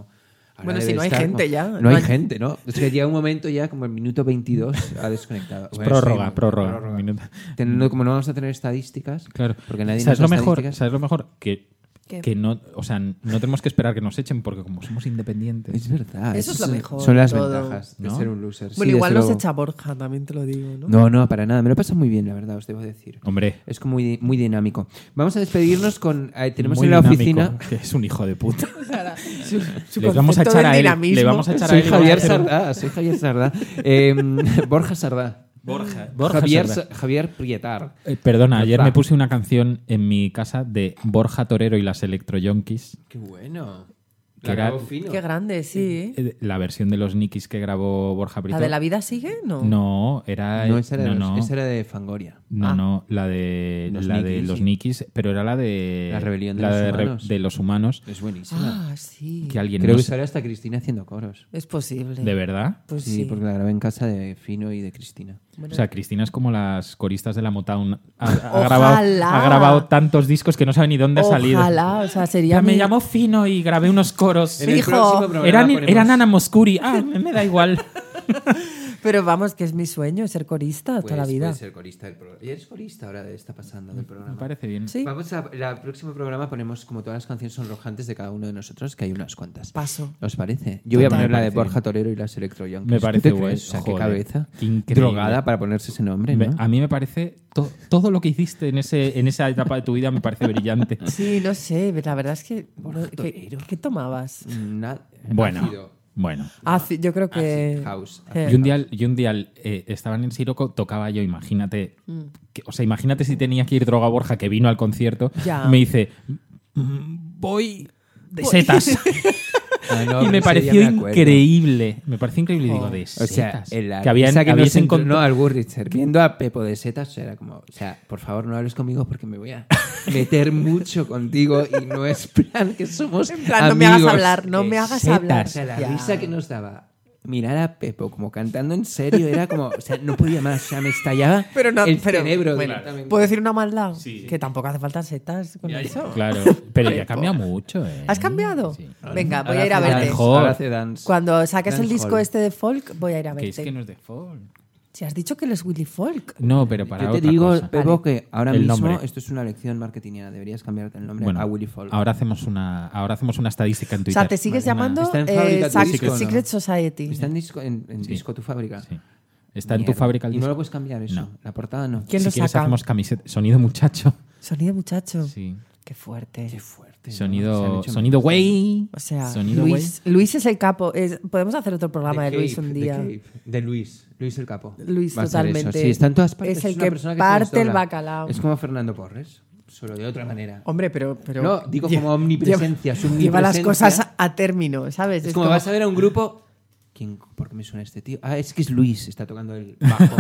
ahora Bueno, si debe no hay estar gente ya, No, no hay, hay- gente, ¿no? Es que llega un momento ya, como el minuto 22, ha desconectado. Es Bueno, pues, prórroga, sí, prórroga, minuto. Teniendo- como no vamos a tener estadísticas, Mm. Claro. porque nadie ¿Sabes nos lo da mejor? estadísticas. ¿Sabes lo mejor? Que, ¿Qué? que no, o sea, no tenemos que esperar que nos echen porque como somos independientes. Es verdad. Eso es esas lo son- mejor Son de las todo. ventajas de ¿No? ser un loser. Bueno, Sí, igual desde nos luego. echa Borja, también te lo digo, ¿no? No, no, para nada. Me lo pasa muy bien, la verdad, os debo decir. Hombre, Es como muy, muy dinámico. Vamos a despedirnos con. eh, tenemos muy en la dinámico, oficina. (laughs) Que es un hijo de (laughs) puta. Su Le vamos a concepto echar del a él. Le dinamismo. vamos a echar a Soy él. y vamos a Javier hacer un- Sardá, soy Javier Sardá. Eh, (laughs) Borja Sardá. Borja. Borja Javier, Sardá. Sa- Javier Prietar. Eh, perdona, ayer Va. me puse una canción en mi casa de Borja Torero y las Electroyonkeys. Qué bueno. La Que era- grabó fino. Qué grande, sí. Eh, La versión de los Nikis que grabó Borja Brito. ¿La de la vida sigue? No. No, era. No, esa era, no, de los- no. esa era de Fangoria. No, no, la de Los la de Nikis, los sí. Nikis, pero era la de La rebelión de la los re- humanos. de los humanos, Es buenísima. Ah, sí. que alguien Creo no que sé- salió hasta Cristina haciendo coros. Es posible. de verdad. Pues sí, sí. porque la grabé en casa de Fino y de Cristina. O sea, Cristina es como las coristas de la Motown. Ha, ha Ojalá. grabado, ha grabado tantos discos que no sabe ni dónde ha salido. Ojalá, o sea, sería. Ya me mi- llamó Fino y grabé unos coros. En el Fijo. próximo programa Eran, eran Ana Moscuri. Ah, me me da igual. Pero vamos, que es mi sueño, ser corista toda la vida. pues, ser corista del programa. ¿Y eres corista ahora de está pasando del Me programa? parece bien. Sí, eh, Vamos a. El próximo programa ponemos como todas las canciones sonrojantes de cada uno de nosotros, que hay unas cuantas. paso. ¿Os parece? Yo voy a Total, poner me la de parece Borja Torero y las Electro Young. Me parece ¿Tú te guay. crees? O sea, qué Joder, cabeza. qué increíble. Drogada para ponerse ese nombre, Me- ¿no? A mí me parece to- todo lo que hiciste en, ese, en esa etapa de tu vida me parece brillante. Sí, no sé, la verdad es que. no- ¿qué, torero. qué tomabas? Na- ácido. (laughs) Bueno, bueno. Ah, sí, yo creo que. Acid house. Eh, Y un (laughs) día, y un día eh, estaban en Siroco, tocaba yo, imagínate. Mm. que- o sea, imagínate si tenía que ir Droga Borja, que vino al concierto, Ya. me dice, "Mm, voy de (laughs) setas. Ah, no, y pero me ese pareció día me acuerdo. increíble. Me pareció increíble. y Digo, Oh. de O sea, setas. el que habían, esa que habíais nos entró- encont- no, al Gurritzer, viendo a Pepo de Setas, era como, o sea, por favor no hables conmigo porque me voy a (laughs) meter mucho contigo y no es plan que somos En plan, no me hagas amigos. hablar, no Que me hagas setas. hablar. O sea, la Ya. risa que nos daba mirar a Pepo como cantando en serio era como, o sea, no podía más, o sea, me estallaba Pero no, el pero- cerebro bueno, pues, directamente. ¿Puedo decir una maldad? Que tampoco hace falta setas con eso. (laughs) Claro, pero ya ha cambiado mucho. ¿eh? ¿Has cambiado? Sí. Venga, voy Ahora a ir a hace verte. dance, verles. Mejor. ahora hace dance. Cuando saques el Dancehall. disco este de folk, voy a ir a Que verte. es que no es de folk. Si has dicho que él es Willy Folk. No, pero para Yo te otra digo, cosa. Pepo, que ahora El mismo nombre. esto es una lección marketingiana. Deberías cambiarte el nombre Bueno, a Willy Fall. ahora hacemos una ahora hacemos una estadística en O Twitter. sea, te sigues Una- llamando Está en eh, fábrica tu Sac- disco, Secret ¿no? Society. Está en disco, en, en disco tu fábrica. Sí. Está en tu Mierda. fábrica el Y no lo disco. puedes cambiar eso. No. La portada no. ¿Quién si lo quieres saca? hacemos camiseta. Sonido muchacho. Sonido muchacho. Sí. Qué fuerte. Qué fuerte. ¿no? Se han Sonido, hecho sonido güey. O sea, sonido Luis, Luis es el capo. Es- podemos hacer otro The programa de, Luis Cape, un The día. Cape, De Luis. Luis el capo. Luis, Va a ser eso. totalmente. Sí, está en todas partes. Es el una que persona se parte el desdobla. bacalao. Es como Fernando Porres. Solo de otra manera. Hombre, pero. pero No, digo como omnipresencia, su Lleva, lleva las omnipresencia. cosas a término, ¿sabes? Es como vas a ver a un grupo. ¿Quién, ¿Por qué me suena este tío? Ah, es que es Luis, está tocando el (laughs) bajo.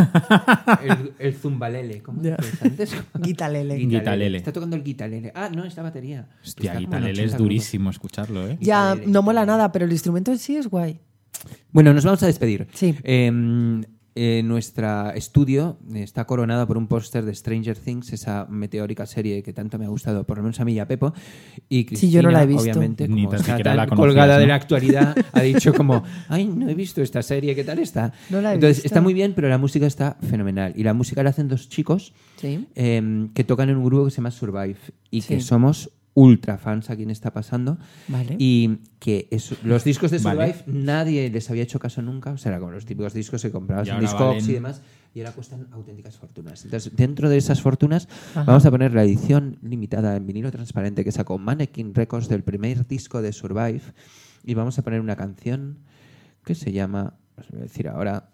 el, el zumbalele. ¿Cómo Ya. decías (laughs) antes? (laughs) Guitalele. Guitalele. Está tocando el guitalele. Ah, no, esta batería. Está Hostia, como en Guitalele 80 es grupos. durísimo escucharlo, ¿eh? Ya Guitalele. no mola nada, pero el instrumento en sí es guay. Bueno, nos vamos a despedir. Sí. Eh, eh, nuestra estudio está coronada por un póster de Stranger Things, esa meteórica serie que tanto me ha gustado, por lo menos a mí y a Pepo. Y Cristina, Sí, yo no la he visto. obviamente, Ni como tan está siquiera tan la conocías, colgada de ¿no? la actualidad, ha dicho como, ay, no he visto esta serie, ¿qué tal está? No la he Entonces, visto. está muy bien, pero la música está fenomenal. Y la música la hacen dos chicos Sí. eh, que tocan en un grupo que se llama Survive y que Sí. somos ultra fans a quien está pasando Vale. y que eso- los discos de Vale. Survive nadie les había hecho caso nunca o sea era como los típicos discos que comprabas Y en ahora Discogs valen- y demás y ahora cuestan auténticas fortunas entonces dentro de esas fortunas vamos a poner la edición limitada en vinilo transparente que sacó Mannequin Records del primer disco de Survive y vamos a poner una canción que se llama os voy a decir ahora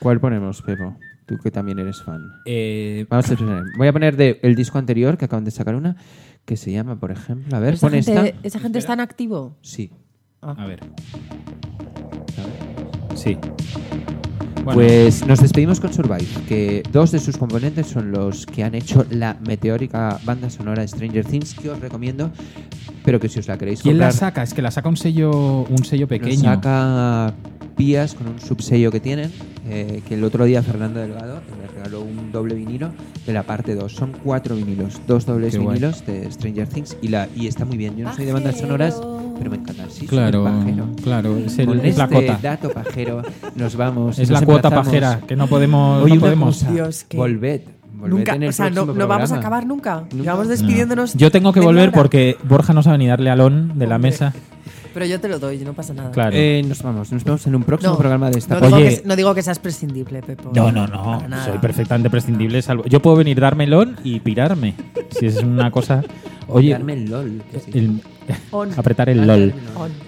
¿cuál ponemos Pepo? tú que también eres fan Eh, Vamos a poner. Voy a poner de- el disco anterior que acaban de sacar una que se llama, por ejemplo, a ver, esa pon gente, esta. esa gente está en activo. Sí. a ver. Sí. Bueno, Pues nos despedimos con Survive, que dos de sus componentes son los que han hecho la meteórica banda sonora de Stranger Things, que os recomiendo, pero que si os la queréis ¿quién la comprar, saca? Es que la saca un sello un sello lo pequeño. saca Espías con un subsello que tienen, eh, que el otro día Fernando Delgado me regaló un doble vinilo de la parte 2. Son cuatro vinilos, dos dobles Qué guay. vinilos de Stranger Things y, la, y está muy bien. Yo no soy de bandas sonoras, pero me encanta. Sí, soy Claro, pajero. claro, es, el- Con es la este cota. dato pajero nos vamos. Es nos la cuota emplazamos. pajera, que no podemos. Oye, no una podemos. cosa, oh, Dios, que- volved. volved Nunca, en el o sea, no, próximo no vamos a programa. acabar nunca. Nunca. Llevamos despidiéndonos. Yo tengo que media volver hora. porque Borja no sabe ni darle alón de la Hombre. mesa. Pero yo te lo doy, no pasa nada. Claro. Eh, nos vamos, nos vemos en un próximo No, programa de esta. no digo, Oye. que, no digo que seas prescindible, Pepo. No, no, no. Para nada. Soy perfectamente prescindible. Salvo. Yo puedo venir darme melón y pirarme. Si es una cosa. Oye, Darme el LOL. que sí. el- (laughs) On. apretar el LOL.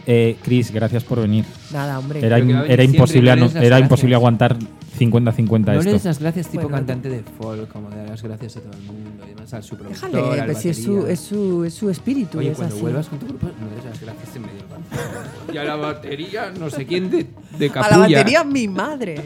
Eh, Chris, gracias por venir. Nada, hombre. Era, Pero que va a venir era siempre, imposible, no anu- les das era gracias. imposible aguantar 50-50 No le des esto. las gracias tipo Bueno. cantante de folk, como de las gracias a todo el mundo y demás, al su productor, Déjale, al pues si es su, batería. es, su, es su espíritu. Oye, es cuando así. vuelvas con tu grupo, no des las gracias en medio del partido. (laughs) Y a la batería, no sé quién de, de A capulla. la batería, mi madre.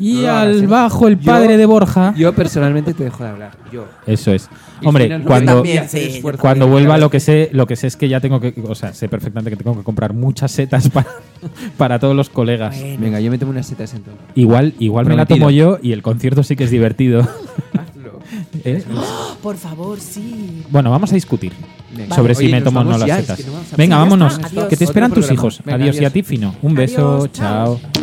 Y No lo hagas, al ¿eh? bajo, el Yo- padre de Borja. Yo personalmente te dejo de hablar. Yo. Eso es. Y Hombre, Cristina no cuando, me hace También, el sí, esfuerzo Cuando de- vuelva lo que sé, lo que sé es que ya tengo que, o sea, sé perfectamente que tengo que comprar muchas setas para, (laughs) para todos los colegas. Venga, yo me tomo unas setas (laughs) en todo. Igual, igual me la Prometido. tomo yo y el concierto sí que es divertido. (laughs) Hazlo. ¿Eh? Por favor, sí. Bueno, vamos a discutir Venga. sobre Oye, si me nos tomo o no vamos las ya, es setas. que no vamos a- Venga, Ya está, vámonos. adiós. Que te esperan Otro tus programa. hijos. Venga, adiós y a adiós. ti, Fino. Un beso. Adiós, chao. chao.